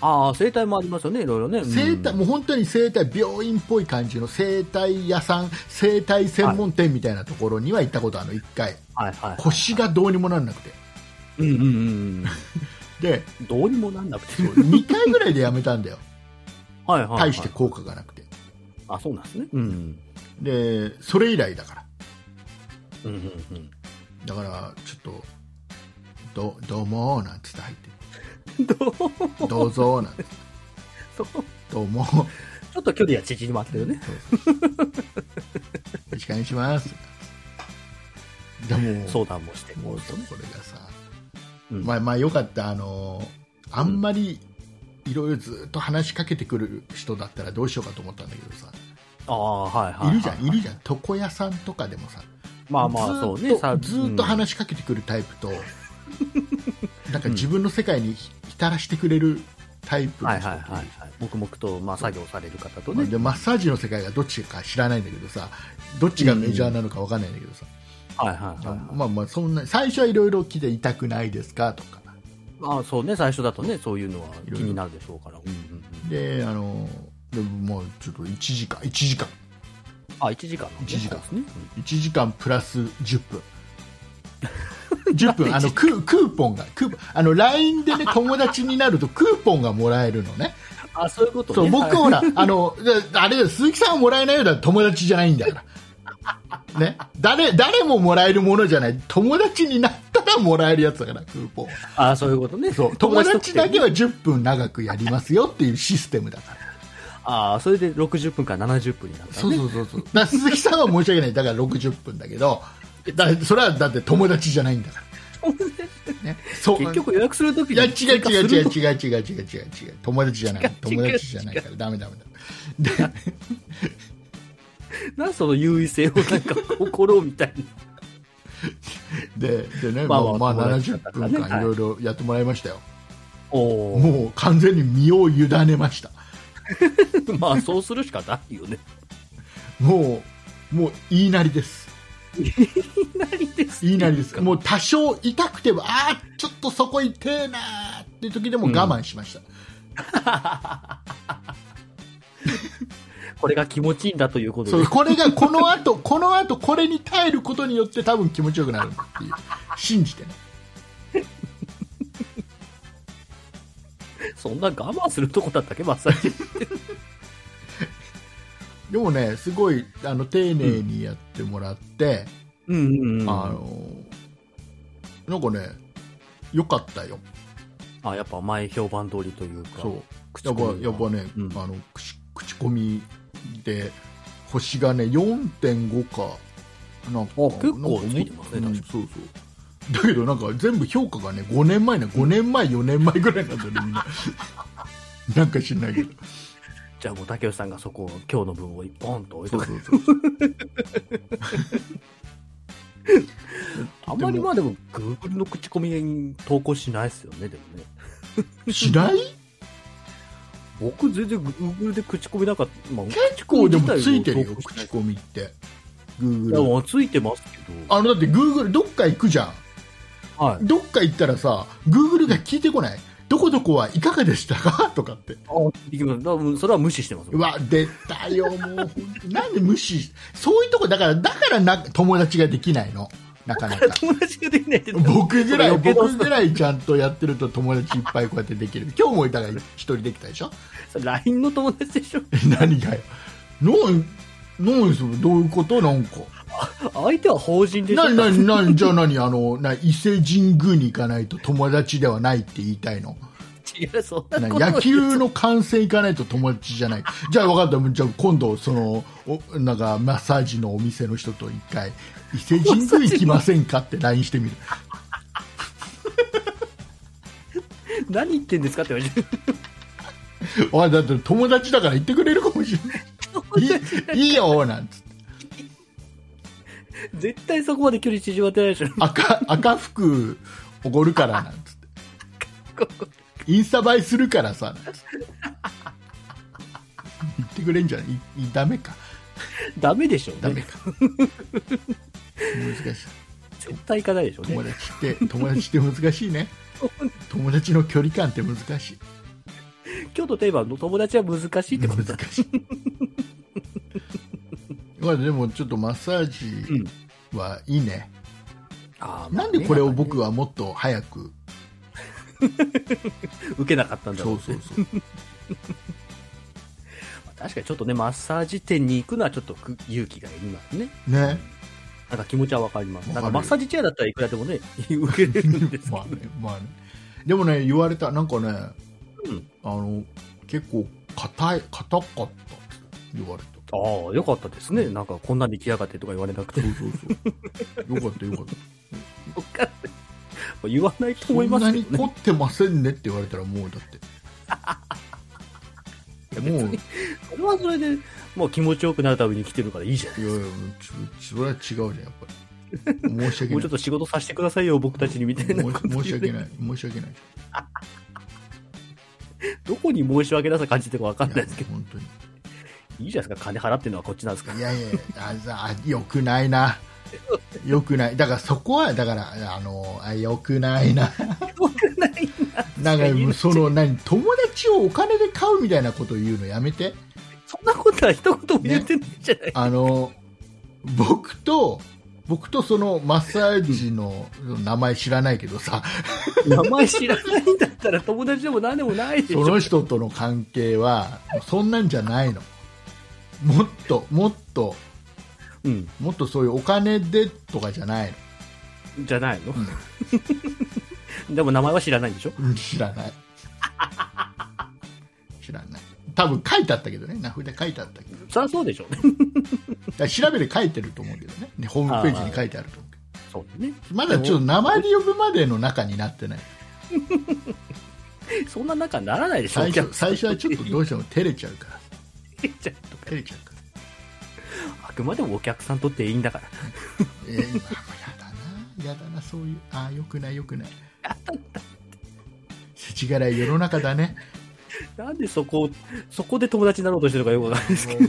Speaker 3: ああ、整体もありますよね、いろいろね。
Speaker 2: 体整体、
Speaker 3: うん
Speaker 2: もう本当に整体病院っぽい感じの整体屋さん整体専門店みたいなところには行ったことあるの1回
Speaker 3: はいはい。
Speaker 2: 腰がどうにもなんなくて
Speaker 3: うんうんうん
Speaker 2: で
Speaker 3: うん。どうにもなんな くて。
Speaker 2: 2回ぐらいでやめたんだよ
Speaker 3: はい はいはい。
Speaker 2: 大して効果がなくて
Speaker 3: あ、そうなんですね。うん。
Speaker 2: でそれ以来だから
Speaker 3: うんうん
Speaker 2: だからちょっとどどうもなんつって入って
Speaker 3: うん。どう
Speaker 2: どうぞなんつって
Speaker 3: そう
Speaker 2: どうも
Speaker 3: ちょっと距離は縮まってるね。
Speaker 2: よろしくお願いしますでも
Speaker 3: 相談もして。
Speaker 2: もうそこれがさ、
Speaker 3: うん
Speaker 2: まあまあよかったあのあんまりいろいろずっと話しかけてくる人だったらどうしようかと思ったんだけどさ、
Speaker 3: ああ、はいはいはい。
Speaker 2: いるじゃんいるじゃん床屋さんとかでもさ
Speaker 3: まあまあ、そう
Speaker 2: ず
Speaker 3: ね。
Speaker 2: っとずっと
Speaker 3: うん
Speaker 2: 話しかけてくるタイプ と、なんか自分の世界に浸らしてくれるタイプの
Speaker 3: はい
Speaker 2: 人
Speaker 3: はい
Speaker 2: っ
Speaker 3: はい
Speaker 2: て
Speaker 3: はい。黙々と、まあ、作業される方と
Speaker 2: まあ
Speaker 3: ね。
Speaker 2: でマッサージの世界がどっちか知らないんだけどさどっちがメジャーなのかわかんないんだけどさ、
Speaker 3: はいはいはい。
Speaker 2: まあまあそんな最初はいろいろ来て痛くないですかとか
Speaker 3: まあ、そうね、最初だとね、そういうのは気になるでしょうから。うんうんうん
Speaker 2: であのでももうちょっと1時間1時間
Speaker 3: あ、1時間なん
Speaker 2: 一時間
Speaker 3: ですね。
Speaker 2: 1時間プラス10分 10分あのクークーポンがクーポンあの LINE でね友達になるとクーポンがもらえるのね
Speaker 3: あ、そういうことね。
Speaker 2: そう
Speaker 3: は
Speaker 2: 僕
Speaker 3: い
Speaker 2: ほらあのであれだよ鈴木さんはもらえないようだったら友達じゃないんだからね誰誰ももらえるものじゃない友達になったらもらえるやつだからクーポンは
Speaker 3: あ、そういうことね。
Speaker 2: そう 友達だけ
Speaker 3: は。
Speaker 2: は10分長くやりますよっていうシステムだから
Speaker 3: あ、それで60分から70分になった
Speaker 2: そ
Speaker 3: の
Speaker 2: う
Speaker 3: ね。
Speaker 2: そうそうそう。だから鈴木さんは申し訳ない。だから60分だけど、だそれはだって友達じゃないんだから。ね、そう
Speaker 3: 結局予約するとき
Speaker 2: いや違う違う違う
Speaker 3: う。
Speaker 2: 違う違う違う違う違う友達じゃない
Speaker 3: 違う違う
Speaker 2: 友達じゃないからダメダメだで
Speaker 3: なんその優位性をなんか心みた いな。
Speaker 2: ででね、
Speaker 3: ま
Speaker 2: ま
Speaker 3: あ
Speaker 2: あ
Speaker 3: まあ
Speaker 2: まあ
Speaker 3: 友達だった
Speaker 2: 70
Speaker 3: から
Speaker 2: 分
Speaker 3: ね
Speaker 2: 間いろいろやってもらいましたよ、
Speaker 3: お
Speaker 2: もう完全に身を委ねました
Speaker 3: ー まあそうするしかないよね。
Speaker 2: もうもう言いなりです
Speaker 3: 何で す
Speaker 2: 言いなりですもう多少痛くてもあーちょっとそこ痛えなーっていう時でも我慢しました、
Speaker 3: これが気持ちいいんだということ
Speaker 2: そ
Speaker 3: で
Speaker 2: う。これがこの後 この後これに耐えることによって多分気持ちよくなるっていう信じてね
Speaker 3: そんな我慢するとこだったっけ、マッサージ。
Speaker 2: でもねすごいあの丁寧にやってもらって、
Speaker 3: うんうんうん。
Speaker 2: あ
Speaker 3: あ
Speaker 2: のなんかね良かったよ
Speaker 3: やっぱ前評判通りというか。
Speaker 2: そう
Speaker 3: 口
Speaker 2: や
Speaker 3: コ
Speaker 2: っぱ
Speaker 3: ミが。
Speaker 2: やっぱね、
Speaker 3: うん
Speaker 2: あの口口コミで星がね4.5かなんか
Speaker 3: あ結構
Speaker 2: なんか
Speaker 3: ついてますね
Speaker 2: うん
Speaker 3: 確
Speaker 2: そうそうだけどなんか全部評価がね5年前ね5年前4年前ぐらいなんだよねみんな なんか知んないけど
Speaker 3: じゃあもう竹内さんがそこを今日の分をボンと置いとく。
Speaker 2: そうそうそう
Speaker 3: あんまりまあでも Google の口コミに投稿しないですよね、でもね。
Speaker 2: しない
Speaker 3: 僕全然 Google で口コミなんかった、まあ、
Speaker 2: 結構でもついてるよ
Speaker 3: 口コミ自体を投
Speaker 2: 口
Speaker 3: 稿しない
Speaker 2: コミって
Speaker 3: いや
Speaker 2: Google
Speaker 3: もうついてますけど。
Speaker 2: あのだって Google どっか行くじゃん
Speaker 3: はい。
Speaker 2: どっか行ったらさ Google が聞いてこないどこどこはいかがでしたかとかって
Speaker 3: いきます。だからもうそれは無視してます。
Speaker 2: うわ出たよもう本当になんで無視しそういうとこだからだからな友達ができないのなかなか
Speaker 3: 友達ができないって
Speaker 2: 僕ぐらい
Speaker 3: それ余計
Speaker 2: 僕
Speaker 3: な
Speaker 2: ぐらいちゃんとやってると友達いっぱいこうやってできる今日もいたから一人できたでしょ
Speaker 3: それ LINE の友達でしょ
Speaker 2: 何がよなんなんそれどういうことなんか
Speaker 3: 相手は法人でしょ
Speaker 2: なになになにじゃあ何あのな伊勢神宮に行かないと友達ではないって言いたいの
Speaker 3: 違う、そんな
Speaker 2: な
Speaker 3: ことは
Speaker 2: 野球の観戦行かないと友達じゃない。じゃあ分かった。もうじゃあ今度、その、おなんか、マッサージのお店の人と一回、伊勢神宮行きませんかって LINE してみる。
Speaker 3: 何言ってんですかって言われて。
Speaker 2: おい、だって友達だから行ってくれるかもしれない。いいいいよ、なんつって。
Speaker 3: 絶対そこまで距離縮まってないでしょ。
Speaker 2: 赤、赤服おごるから、なんつって。インスタ映えするからさ、なんつって。行ってくれんじゃないいいダメか。
Speaker 3: ダメでしょ、
Speaker 2: ダメ
Speaker 3: ね。
Speaker 2: か。難しい。
Speaker 3: 絶対行かないでしょ、ね
Speaker 2: 友。達って友達って難しいね友達の距離感って難しい
Speaker 3: 今日のテーマの友達は難しいってことだ。
Speaker 2: 難しい まあでもちょっとマッサージはいいね、
Speaker 3: あー
Speaker 2: なんでこれを。
Speaker 3: まあね
Speaker 2: 僕はもっと早く
Speaker 3: 受けなかったんだろ
Speaker 2: そうう
Speaker 3: ね。
Speaker 2: そうそう
Speaker 3: 確かにちょっとね、マッサージ店に行くのはちょっとく勇気がいりますね。
Speaker 2: ね
Speaker 3: なんか気持ちはわかります。
Speaker 2: わ
Speaker 3: な
Speaker 2: か
Speaker 3: ん
Speaker 2: る
Speaker 3: かマッサージチェアだったらいくらでもね、 受けれるんですけど
Speaker 2: まあ。ねまあねでもね言われたなんかね、
Speaker 3: うん
Speaker 2: あの結構硬い硬かったって言われた
Speaker 3: ああ、よかったですね。なんかこんなに来やがってとか言われなくて
Speaker 2: そう。 そうそうよかったよかった
Speaker 3: 僕は言わないと
Speaker 2: そ
Speaker 3: 思い
Speaker 2: ん
Speaker 3: ま
Speaker 2: な
Speaker 3: すけ
Speaker 2: に
Speaker 3: どね。
Speaker 2: 凝ってませんねって言われたらもうだ っても う
Speaker 3: それはそれで、もう気持ちよくなるために来てるからいいじゃ
Speaker 2: いやいや、ちちそれは違うじゃん、やっぱり。申し訳
Speaker 3: ん。も
Speaker 2: な
Speaker 3: う
Speaker 2: い
Speaker 3: ちょっ。と仕事させてくださいよ、僕たちにみたいな こと言う
Speaker 2: 申し訳ない。申し訳ない。
Speaker 3: どこに申し訳なさ感じてるかわかんないですけど、
Speaker 2: いや本当に。
Speaker 3: いいじゃないですか、金払ってるのはこっちなんですから
Speaker 2: い。やいや、あざ、よくない な。よくない。だからそこは、だから、あの、あよくないな。
Speaker 3: ない
Speaker 2: なん
Speaker 3: 確かに
Speaker 2: か、その、何、友達をお金で買うみたいなことを言うのやめて。
Speaker 3: そんなことは一言も言ってないじゃない。
Speaker 2: あの、僕と、僕とそのマッサージの名前知らないけどさ、
Speaker 3: 名前知らないんだったら友達でも何でもないでし
Speaker 2: そ
Speaker 3: ょ。
Speaker 2: の人との関係はそんなんじゃないのもっともっと
Speaker 3: うん。
Speaker 2: もっとそういうお金でとかじゃない
Speaker 3: じゃないの、 でも名前は知らないんでしょ
Speaker 2: の知らない知らない多分書いてあったけどね名札書いてあったけどだか
Speaker 3: そりゃそうでしょうね。
Speaker 2: ら調べて書いてると思うけどねねホームページに書いてあると思うけど
Speaker 3: そうね。
Speaker 2: まだちょっと名前で呼ぶまでの中になってない
Speaker 3: そんな仲ならないでしょ、
Speaker 2: 最
Speaker 3: お
Speaker 2: 初
Speaker 3: 客さん
Speaker 2: 最初はちょっとどうしても照れちゃうから
Speaker 3: じゃ
Speaker 2: 照れちゃうから
Speaker 3: ああくまでもお客さんとっていいんだから。
Speaker 2: えー、今やだなやだなそういうああよくないよくない世知辛い世の中だね
Speaker 3: なんでそこを、そこで友達になろうとしてるのかよくわかんないですけど。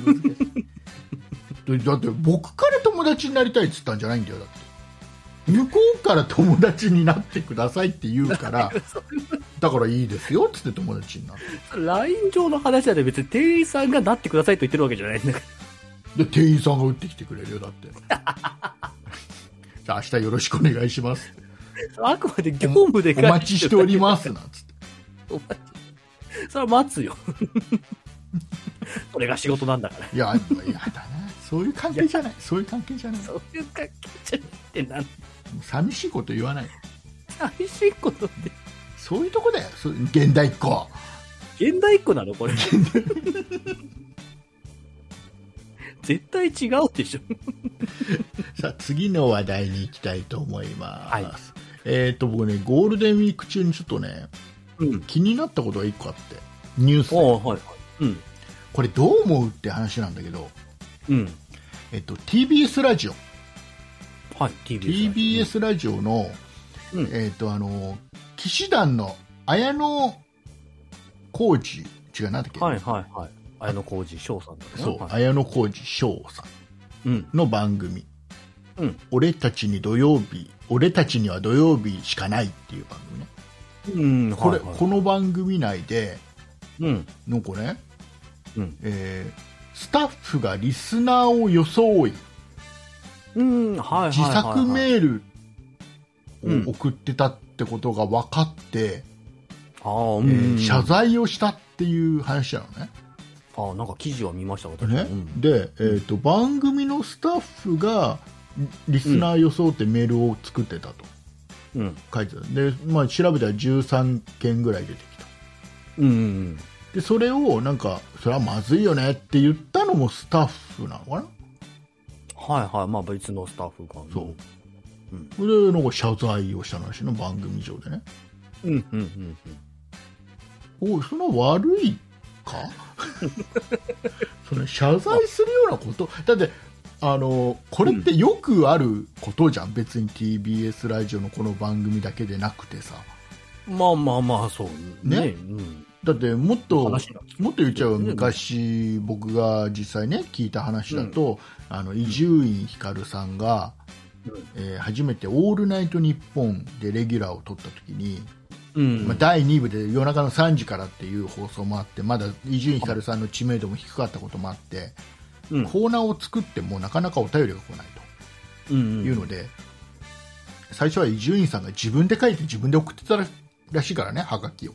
Speaker 2: でだって僕から友達になりたいっつったんじゃないんだよだって向こうから友達になってくださいって言う からだからいいですよっつって友達になって
Speaker 3: LINE 上の話だって別に店員さんがなってくださいと言ってるわけじゃないんだか
Speaker 2: で店員さんが打ってきてくれるよだって さあ明日よろしくお願いします
Speaker 3: ら。あくまで業務で
Speaker 2: お待ちしておりますなんつって
Speaker 3: お待ちそれは待つよ。 これが仕事なんだから。
Speaker 2: いややだなそういう関係じゃないそういう関係じゃない
Speaker 3: そういう関係じゃってなん
Speaker 2: 寂しいこと言わない
Speaker 3: 寂しいことって。
Speaker 2: そういうとこだよそう現代っ子
Speaker 3: 現代っ子なのこれ。 絶対違うでしょ。
Speaker 2: さあ次の話題に行きたいと思います、
Speaker 3: はい
Speaker 2: えっ、と僕ねゴールデンウィーク中にちょっとね
Speaker 3: うん。
Speaker 2: 気になったことが1個あってニュースで
Speaker 3: おうはいはい。うん。
Speaker 2: これどう思うって話なんだけど、
Speaker 3: うん。
Speaker 2: えっと、TBS ラジオ
Speaker 3: はい、TBS。
Speaker 2: TBS ラジオの、
Speaker 3: うん
Speaker 2: えっとあの騎士団の綾野浩二違うなんだっけ、
Speaker 3: はいはいはい。綾小路翔さんだね。
Speaker 2: そう、
Speaker 3: はい、
Speaker 2: 綾野浩二翔さ
Speaker 3: うん。
Speaker 2: んの番組、
Speaker 3: うん
Speaker 2: 俺たちに土曜日俺たちには土曜日しかないっていう番組ね
Speaker 3: うん、
Speaker 2: これ、
Speaker 3: はいはい
Speaker 2: この番組内で
Speaker 3: うん。
Speaker 2: なんかね、
Speaker 3: うん
Speaker 2: えースタッフがリスナーを装い
Speaker 3: うん、はいはいはいはい。
Speaker 2: 自作メール
Speaker 3: うん
Speaker 2: を送ってたってことが分かって、
Speaker 3: ああ、う
Speaker 2: え
Speaker 3: ん。
Speaker 2: ー謝罪をしたっていう話なのね。
Speaker 3: ああ、なんか記事は見ました、私。
Speaker 2: ね
Speaker 3: うん、
Speaker 2: で、えーと、番組のスタッフがリスナー装ってメールを作ってたと
Speaker 3: うん。
Speaker 2: 書いてたで、まあ、調べたら13件ぐらい出てきた。
Speaker 3: うんうん。
Speaker 2: でそれをなんかそれはまずいよねって言ったのもスタッフなのかな
Speaker 3: はいはい。まあ別のスタッフが。
Speaker 2: そう。
Speaker 3: うん
Speaker 2: それでなんか謝罪をしたらしいの番組上でね
Speaker 3: うんうんうんうん。
Speaker 2: おいその悪い かそれ謝罪するようなことだってあのこれってよくあることじゃん、別に TBS ラジオのこの番組だけでなくてさ
Speaker 3: まあまあまあ、そう。ね。
Speaker 2: ね
Speaker 3: うん。
Speaker 2: だってもっと
Speaker 3: 話だ
Speaker 2: もっと言っちゃえば昔僕が実際ね聞いた話だとあの伊集院光さんが、
Speaker 3: うん
Speaker 2: えー初めて「オールナイトニッポン」でレギュラーを取った時に、
Speaker 3: うん。
Speaker 2: まあ、第2部で夜中の3時からっていう放送もあってまだ伊集院光さんの知名度も低かったこともあって、
Speaker 3: うん
Speaker 2: コーナーを作ってもなかなかお便りが来ない
Speaker 3: うん
Speaker 2: と
Speaker 3: ん
Speaker 2: いうので、最初は伊集院さんが自分で書いて自分で送ってたらしいからねはがきを、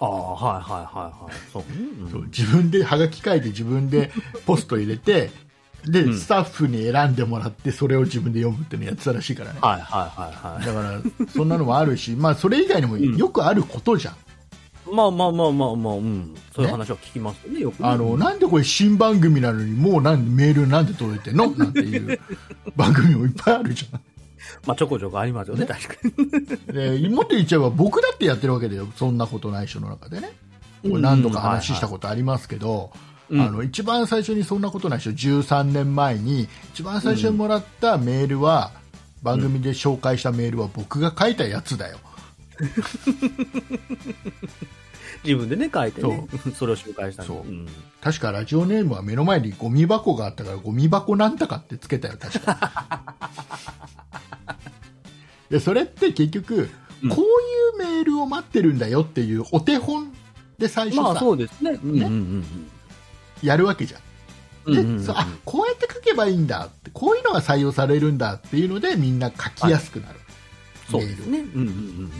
Speaker 3: ああ、はいはいはいはい。そう。うん
Speaker 2: そう自分ではがき書いて自分でポスト入れてで、
Speaker 3: うん
Speaker 2: スタッフに選んでもらってそれを自分で読むっていうのやってたらしいからね
Speaker 3: はいはいはいはい。
Speaker 2: だからそんなのもあるし、まあ、それ以外にもよくあることじゃん、
Speaker 3: まあまあまあまあまあ、うん。そういう話は聞きますよね、よく。
Speaker 2: あの、なんでこれ新番組なのにもうなんメールなんで届いてんのなんていう番組もいっぱいあるじゃ
Speaker 3: まあちょこちょこありますよね、確 か
Speaker 2: んでもっと言っちゃえば僕だってやってるわけだよそんなことない人の中でねこ
Speaker 3: に。
Speaker 2: れ何度か話したことありますけど、
Speaker 3: うん
Speaker 2: あの一番最初にそんなことない人13年前に一番最初にもらったメールは、番組で紹介したメールは僕が書いたやつだよ、
Speaker 3: 自分でね、書いてね。それを紹介したんで
Speaker 2: そうん確かラジオネームは目の前にゴミ箱があったからゴミ箱なんとかってつけたよ確か でそれって結局、
Speaker 3: うん
Speaker 2: こういうメールを待ってるんだよっていうお手本で最初さ、
Speaker 3: まあそうですね。うんうん
Speaker 2: やるわけじゃん
Speaker 3: うんうん。
Speaker 2: で、
Speaker 3: うんうんうん
Speaker 2: そうあこうやって書けばいいんだってこういうのが採用されるんだっていうのでみんな書きやすくなる、
Speaker 3: そう
Speaker 2: メ
Speaker 3: で
Speaker 2: ール
Speaker 3: す
Speaker 2: を
Speaker 3: ね。うんうんう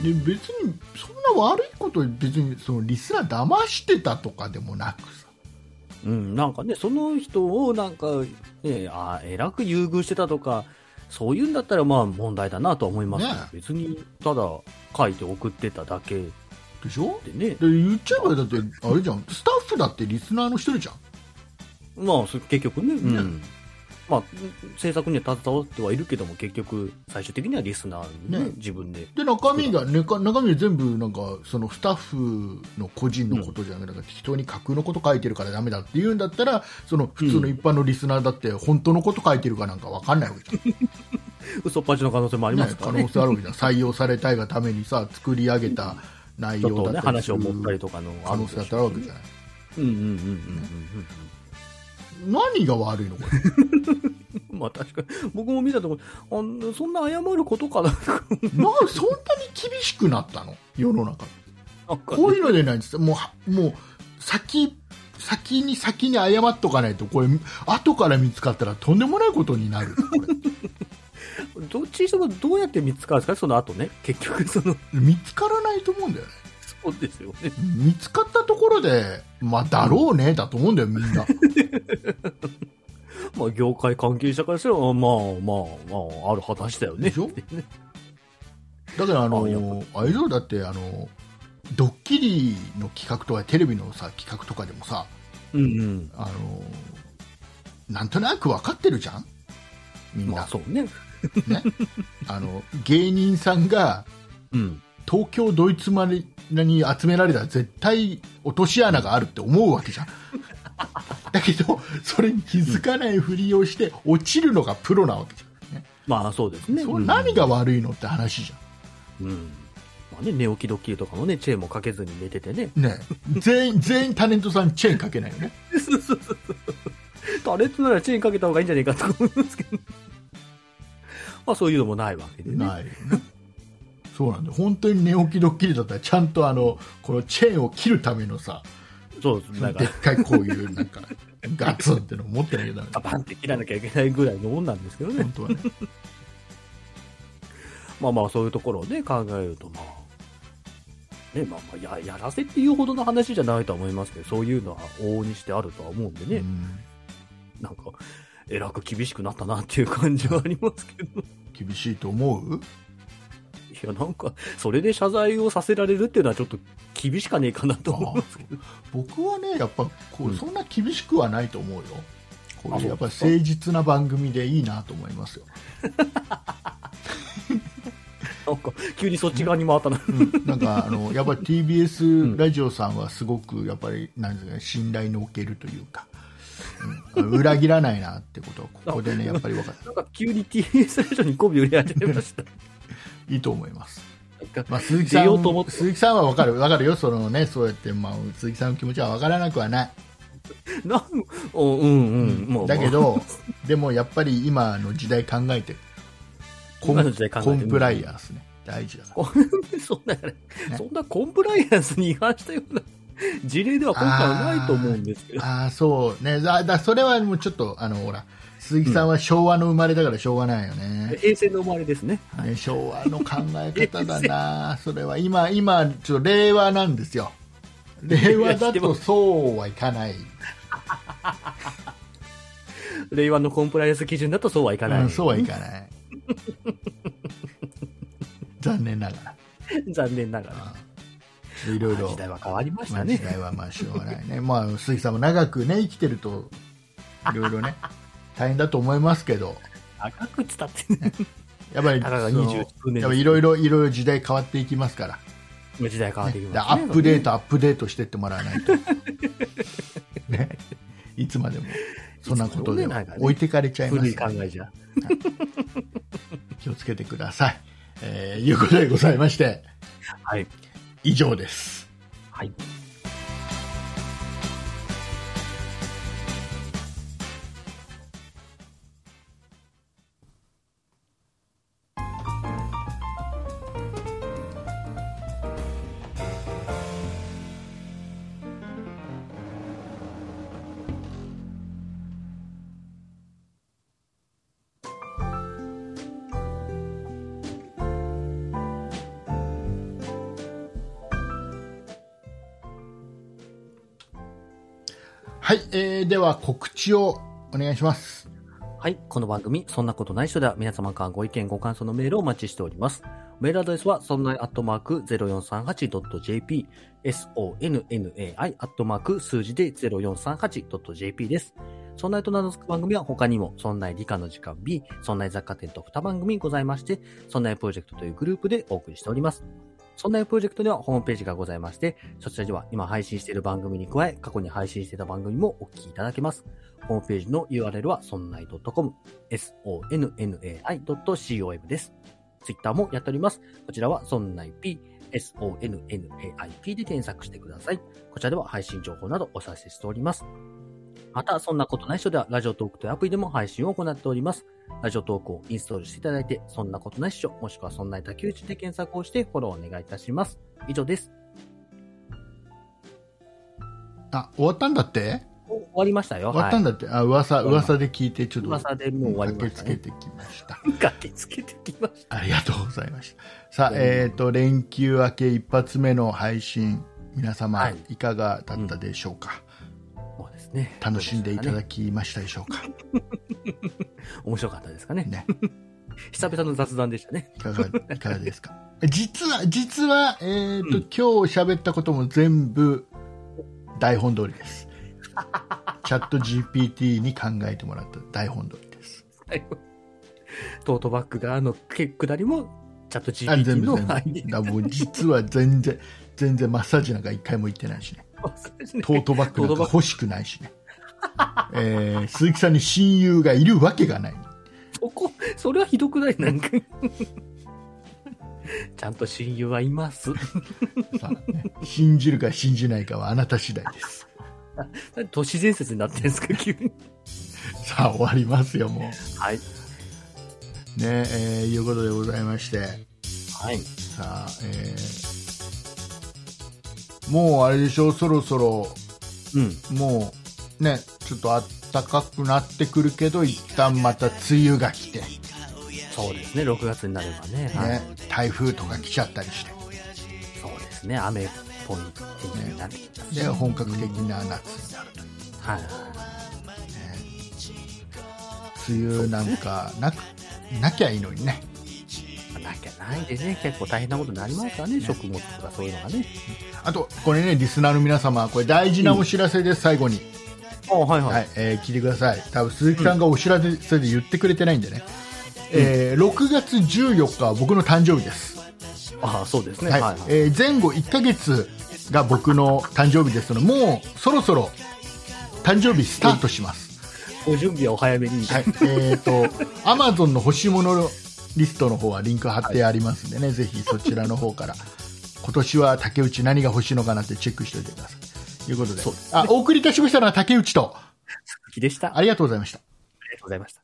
Speaker 3: ん。
Speaker 2: で別にそんな悪いこと別にそのリスナー騙してたとかでもなくさ
Speaker 3: うん、なんかね、その人をなんか、ね、あー偉く優遇してたとか、そういうんだったらまあ問題だなとは思いますけど、
Speaker 2: ね
Speaker 3: 別にただ書いて送ってただけで
Speaker 2: でしょ
Speaker 3: ね、
Speaker 2: で言っちゃえばだってあれじゃんスタッフだってリスナーの一人じゃん
Speaker 3: まあそ結局ね、うん、まあ、制作には携わってはいるけども、結局、最終的にはリスナーにね、
Speaker 2: ね
Speaker 3: 自分で。
Speaker 2: で中身が、ね、か中身は全部なんかそのスタッフの個人のことじゃなくて、なんか適当に架空のこと書いてるからダメだって言うんだったらその普通の一般のリスナーだって本当のこと書いてるかなんかわかんないわけじゃん、
Speaker 3: 嘘っぱちの可能性もあります
Speaker 2: ね
Speaker 3: か
Speaker 2: 可
Speaker 3: らね。
Speaker 2: 能性あるわけじゃん採用されたいがためにさ作り上げた内
Speaker 3: ちょっ
Speaker 2: 容
Speaker 3: と
Speaker 2: だ
Speaker 3: ね、
Speaker 2: ったり
Speaker 3: 話
Speaker 2: す
Speaker 3: を
Speaker 2: る
Speaker 3: 持ったりとかの
Speaker 2: 可能性だったらあるわけじゃない
Speaker 3: うんうんうんうん
Speaker 2: 何が悪いのこれ
Speaker 3: うん。まあ確かに、僕も見たところ、あんそんな謝ることかな、
Speaker 2: なんそんなに厳しくなったの世の中
Speaker 3: なん か
Speaker 2: こういうのでないんですよもうはもう先先に先に謝っとかないとこれ後から見つかったらとんでもないことになるこれ
Speaker 3: どっちにしてもどうやって見つかるんですかその後ね。結局、その、
Speaker 2: 見つからないと思うんだよね
Speaker 3: そうですよね。
Speaker 2: 見つかったところでまあだろうねだと思うんだよみんな
Speaker 3: まあ、業界関係者からしたら、まあまあまあ、ある話だよね
Speaker 2: でし。ょだからあ
Speaker 3: あや
Speaker 2: のあれだよだってあのドッキリの企画とかテレビのさ企画とかでもさ
Speaker 3: うんうん。
Speaker 2: あのなんとなく分かってるじゃんみん
Speaker 3: ま
Speaker 2: な
Speaker 3: あ、そうね。
Speaker 2: ね、あの芸人さんが
Speaker 3: うん。
Speaker 2: 東京ドイツ村に集められたら絶対落とし穴があるって思うわけ じゃんだけどそれに気づかないふりをして落ちるのがプロなわけじゃん、ね
Speaker 3: まあ、そうですね。
Speaker 2: そううん何が悪いのって話じ
Speaker 3: うん。まあね、寝起きドッキリとかもね、チェーンもかけずに寝てて ね。
Speaker 2: ゃん、ね、全員全員タレントさんチェーンかけないよね
Speaker 3: タレントならチェーンかけた方がいいんじゃないかと思いますけど。 まあ、そういうのもないわけでね。
Speaker 2: ないよねそうなんだよ本当に寝起きドッキリだったらちゃんとあのこのチェーンを切るためのさ
Speaker 3: そうですね。
Speaker 2: で
Speaker 3: だ
Speaker 2: っ
Speaker 3: から、
Speaker 2: かいこういうなんか ガツンってのを持ってなきゃダメだ
Speaker 3: パパンって切らなきゃいけないぐらいのもんなんですけどね
Speaker 2: 本。当はね
Speaker 3: まあまあ、そういうところをね、考えると、まあ、ね、まあまあや、やらせっていうほどの話じゃないとは思いますけど、そういうのは往々にしてあるとは思うんでね、
Speaker 2: うん
Speaker 3: なんか、えらく厳しくなったなっていう感じはありますけど、い
Speaker 2: 厳しいと思う
Speaker 3: や、なんか、それで謝罪をさせられるっていうのはちょっと厳しかねえかなと思いますけど、
Speaker 2: 僕はねやっぱこ
Speaker 3: うん
Speaker 2: うそんな厳しくはないと思うよ、こ
Speaker 3: あ
Speaker 2: うい
Speaker 3: そう
Speaker 2: うやっぱ誠実な番組でいいなと思いますよ、
Speaker 3: なんか、急にそっち側に回ったな。
Speaker 2: なんかあのやっぱ TBS ラジオさんはすごくやっぱりなんですかね信頼におけるというか、うん裏切らないなってことはここでねやっぱり分かっ
Speaker 3: なんか急に TBS ラジオに媚び売り始めま した。
Speaker 2: いいと思います
Speaker 3: なんか
Speaker 2: まあ、鈴木さん
Speaker 3: 出ようと思って
Speaker 2: 鈴木さんは分かる分かるよそのねそうやって、まあ、鈴木さんの気持ちは分からなくはない
Speaker 3: なんおうんうん、もう。
Speaker 2: だけ
Speaker 3: も
Speaker 2: ど、でもやっぱり今の時代考えてるコン
Speaker 3: 今の時代考えてる
Speaker 2: コンプライアンスね、大事だから。
Speaker 3: う、 そんな、そんなコンプライアンスに違反したような事例では今回はないと思うんですけど。
Speaker 2: ああ、そうね、だだそれはもうちょっと、あのほら、鈴木さんは昭和の生まれだからしょうがないよね。
Speaker 3: 平成の生まれですね。
Speaker 2: ね昭和の考え方だな、 それは今、今、ちょっと令和なんですよ。令和だとそうはいかない。
Speaker 3: 令和のコンプライアンス基準だとそうはいかない。
Speaker 2: うん、そうはいかない。 残念ながら。
Speaker 3: 残念ながら。
Speaker 2: いろいろ
Speaker 3: 時代は変わりまし
Speaker 2: ま
Speaker 3: た
Speaker 2: あ、時
Speaker 3: ね。
Speaker 2: 代はまあしょうがないね、まあ、鈴木さんも長く、ね、生きてるといろいろね大変だと思いますけど
Speaker 3: 赤くつったってね。
Speaker 2: やっぱり
Speaker 3: たかが
Speaker 2: その
Speaker 3: 20年です
Speaker 2: やっぱいろいろいろいろ時代変わっていきますから,、
Speaker 3: 時代変わっていき
Speaker 2: だ
Speaker 3: ま
Speaker 2: からア
Speaker 3: すね。
Speaker 2: ップデート、アップデートしてってもらわない と、ね、いつまでもそんなことで
Speaker 3: いつま
Speaker 2: は
Speaker 3: でもね
Speaker 2: 置いてかれちゃいま
Speaker 3: 古
Speaker 2: す
Speaker 3: い考
Speaker 2: から
Speaker 3: えじゃ。
Speaker 2: 気をつけてください。えーいうことでございまして
Speaker 3: はい。
Speaker 2: 以上です。
Speaker 3: はい。
Speaker 2: はい、えーでは告知をお願いします。
Speaker 3: はい。この番組、そんなことない人では皆様からご意見、ご感想のメールをお待ちしております。メールアドレスは、そんないアットマーク 0438.jp、sonnai アットマーク数字で 0438.jp です。そんな人名の付く番組は他にも、そんな理科の時間 B、そんな雑貨店と2番組ございまして、そんなプロジェクトというグループでお送りしております。そんなプロジェクトではホームページがございまして、そちらでは今配信している番組に加え、過去に配信していた番組もお聞きいただけます。ホームページの URL はそんない .com、sonnai.com です。ツイッターもやっております。こちらはそんない P、sonnaip で検索してください。こちらでは配信情報などお知らせしております。また、そんなことない人では、ラジオトークというアプリでも配信を行っております。ラジオトークをインストールしていただいて、そんなことないっしょ、もしくはそんな竹内で検索をしてフォローお願いいたします。以上です。
Speaker 2: あ終わったんだって
Speaker 3: お終わりましたよ。
Speaker 2: 終わったん
Speaker 3: だ。
Speaker 2: だって、あ噂噂で聞いてちょっと
Speaker 3: 噂でもう終わりました
Speaker 2: 駆け
Speaker 3: ね
Speaker 2: つけてきました
Speaker 3: 駆けつけてきました。
Speaker 2: ありがとうございました。さあ、えっ、と、連休明け一発目の配信、皆様、
Speaker 3: はいい、
Speaker 2: かがだったでしょうか、
Speaker 3: そうですね。
Speaker 2: 楽しんでいただ
Speaker 3: き。
Speaker 2: きましたでしょうか、
Speaker 3: 面白かったですかね。
Speaker 2: ね、
Speaker 3: 久々の雑談でしたね。
Speaker 2: いかが、いかがですか実は、実は、えっ、と、今日
Speaker 3: うん
Speaker 2: 喋ったことも全部、台本通りです。チャット GPT に考えてもらった台本通りです。
Speaker 3: 最後トートバッグがあの、けくだりも、チャット
Speaker 2: あ
Speaker 3: GPT
Speaker 2: 全部、
Speaker 3: の
Speaker 2: 全部。だ
Speaker 3: 範囲で。
Speaker 2: からもう実は全然、全然マッサージなんか一回も行ってないしね。
Speaker 3: そうですね
Speaker 2: トートバッグなんか欲しくないしね。えー、鈴木さんに親友がいるわけがない。
Speaker 3: そこ、それはひどくないなんか。ちゃんと親友はいます。
Speaker 2: さあね、信じるか信じないかはあなた次第です。
Speaker 3: 都市伝説になってるんですか、急に。
Speaker 2: さあ、終わりますよ、もう。ね、
Speaker 3: はい。
Speaker 2: えーいうことでございまして。
Speaker 3: はい。
Speaker 2: さあ、えー、もうあれでしょう、そろそろ、
Speaker 3: うん。
Speaker 2: もう、ね、ちょっと暖かくなってくるけど、一旦また梅雨が来て、ね、
Speaker 3: そうですね、6月になればね。はい。
Speaker 2: 台風とか来ちゃったりして、
Speaker 3: そうですね、雨っぽい天気になってきたし。
Speaker 2: で、本格的な夏になるという。
Speaker 3: はい。
Speaker 2: 梅雨なんかなくなきゃいいのにね
Speaker 3: なきゃないでね、結構大変なことになりますからね、食物とかそういうのがね。
Speaker 2: あとこれねリスナーの皆様これ大事なお知らせです、最後に、
Speaker 3: あはいは
Speaker 2: はいえー聞いてください多分鈴木さんがお知らせで言ってくれてないんでね、えー6月14日は僕の誕生日です、
Speaker 3: ああ、そうですね。
Speaker 2: は
Speaker 3: はいい、はい。
Speaker 2: えー前後1ヶ月が僕の誕生日ですのでもうそろそろ誕生日スタートします、
Speaker 3: ご準備はお早めに。
Speaker 2: はい、えっ、と Amazon の欲しいものリストの方はリンク貼ってありますんでね、ぜひそちらの方から今年は竹内何が欲しいのかなってチェックしておいてくださいということで
Speaker 3: そうです
Speaker 2: あお送りいたしましたのは竹内と
Speaker 3: 好きでした。あ
Speaker 2: ありがとうございました
Speaker 3: りがとうございました。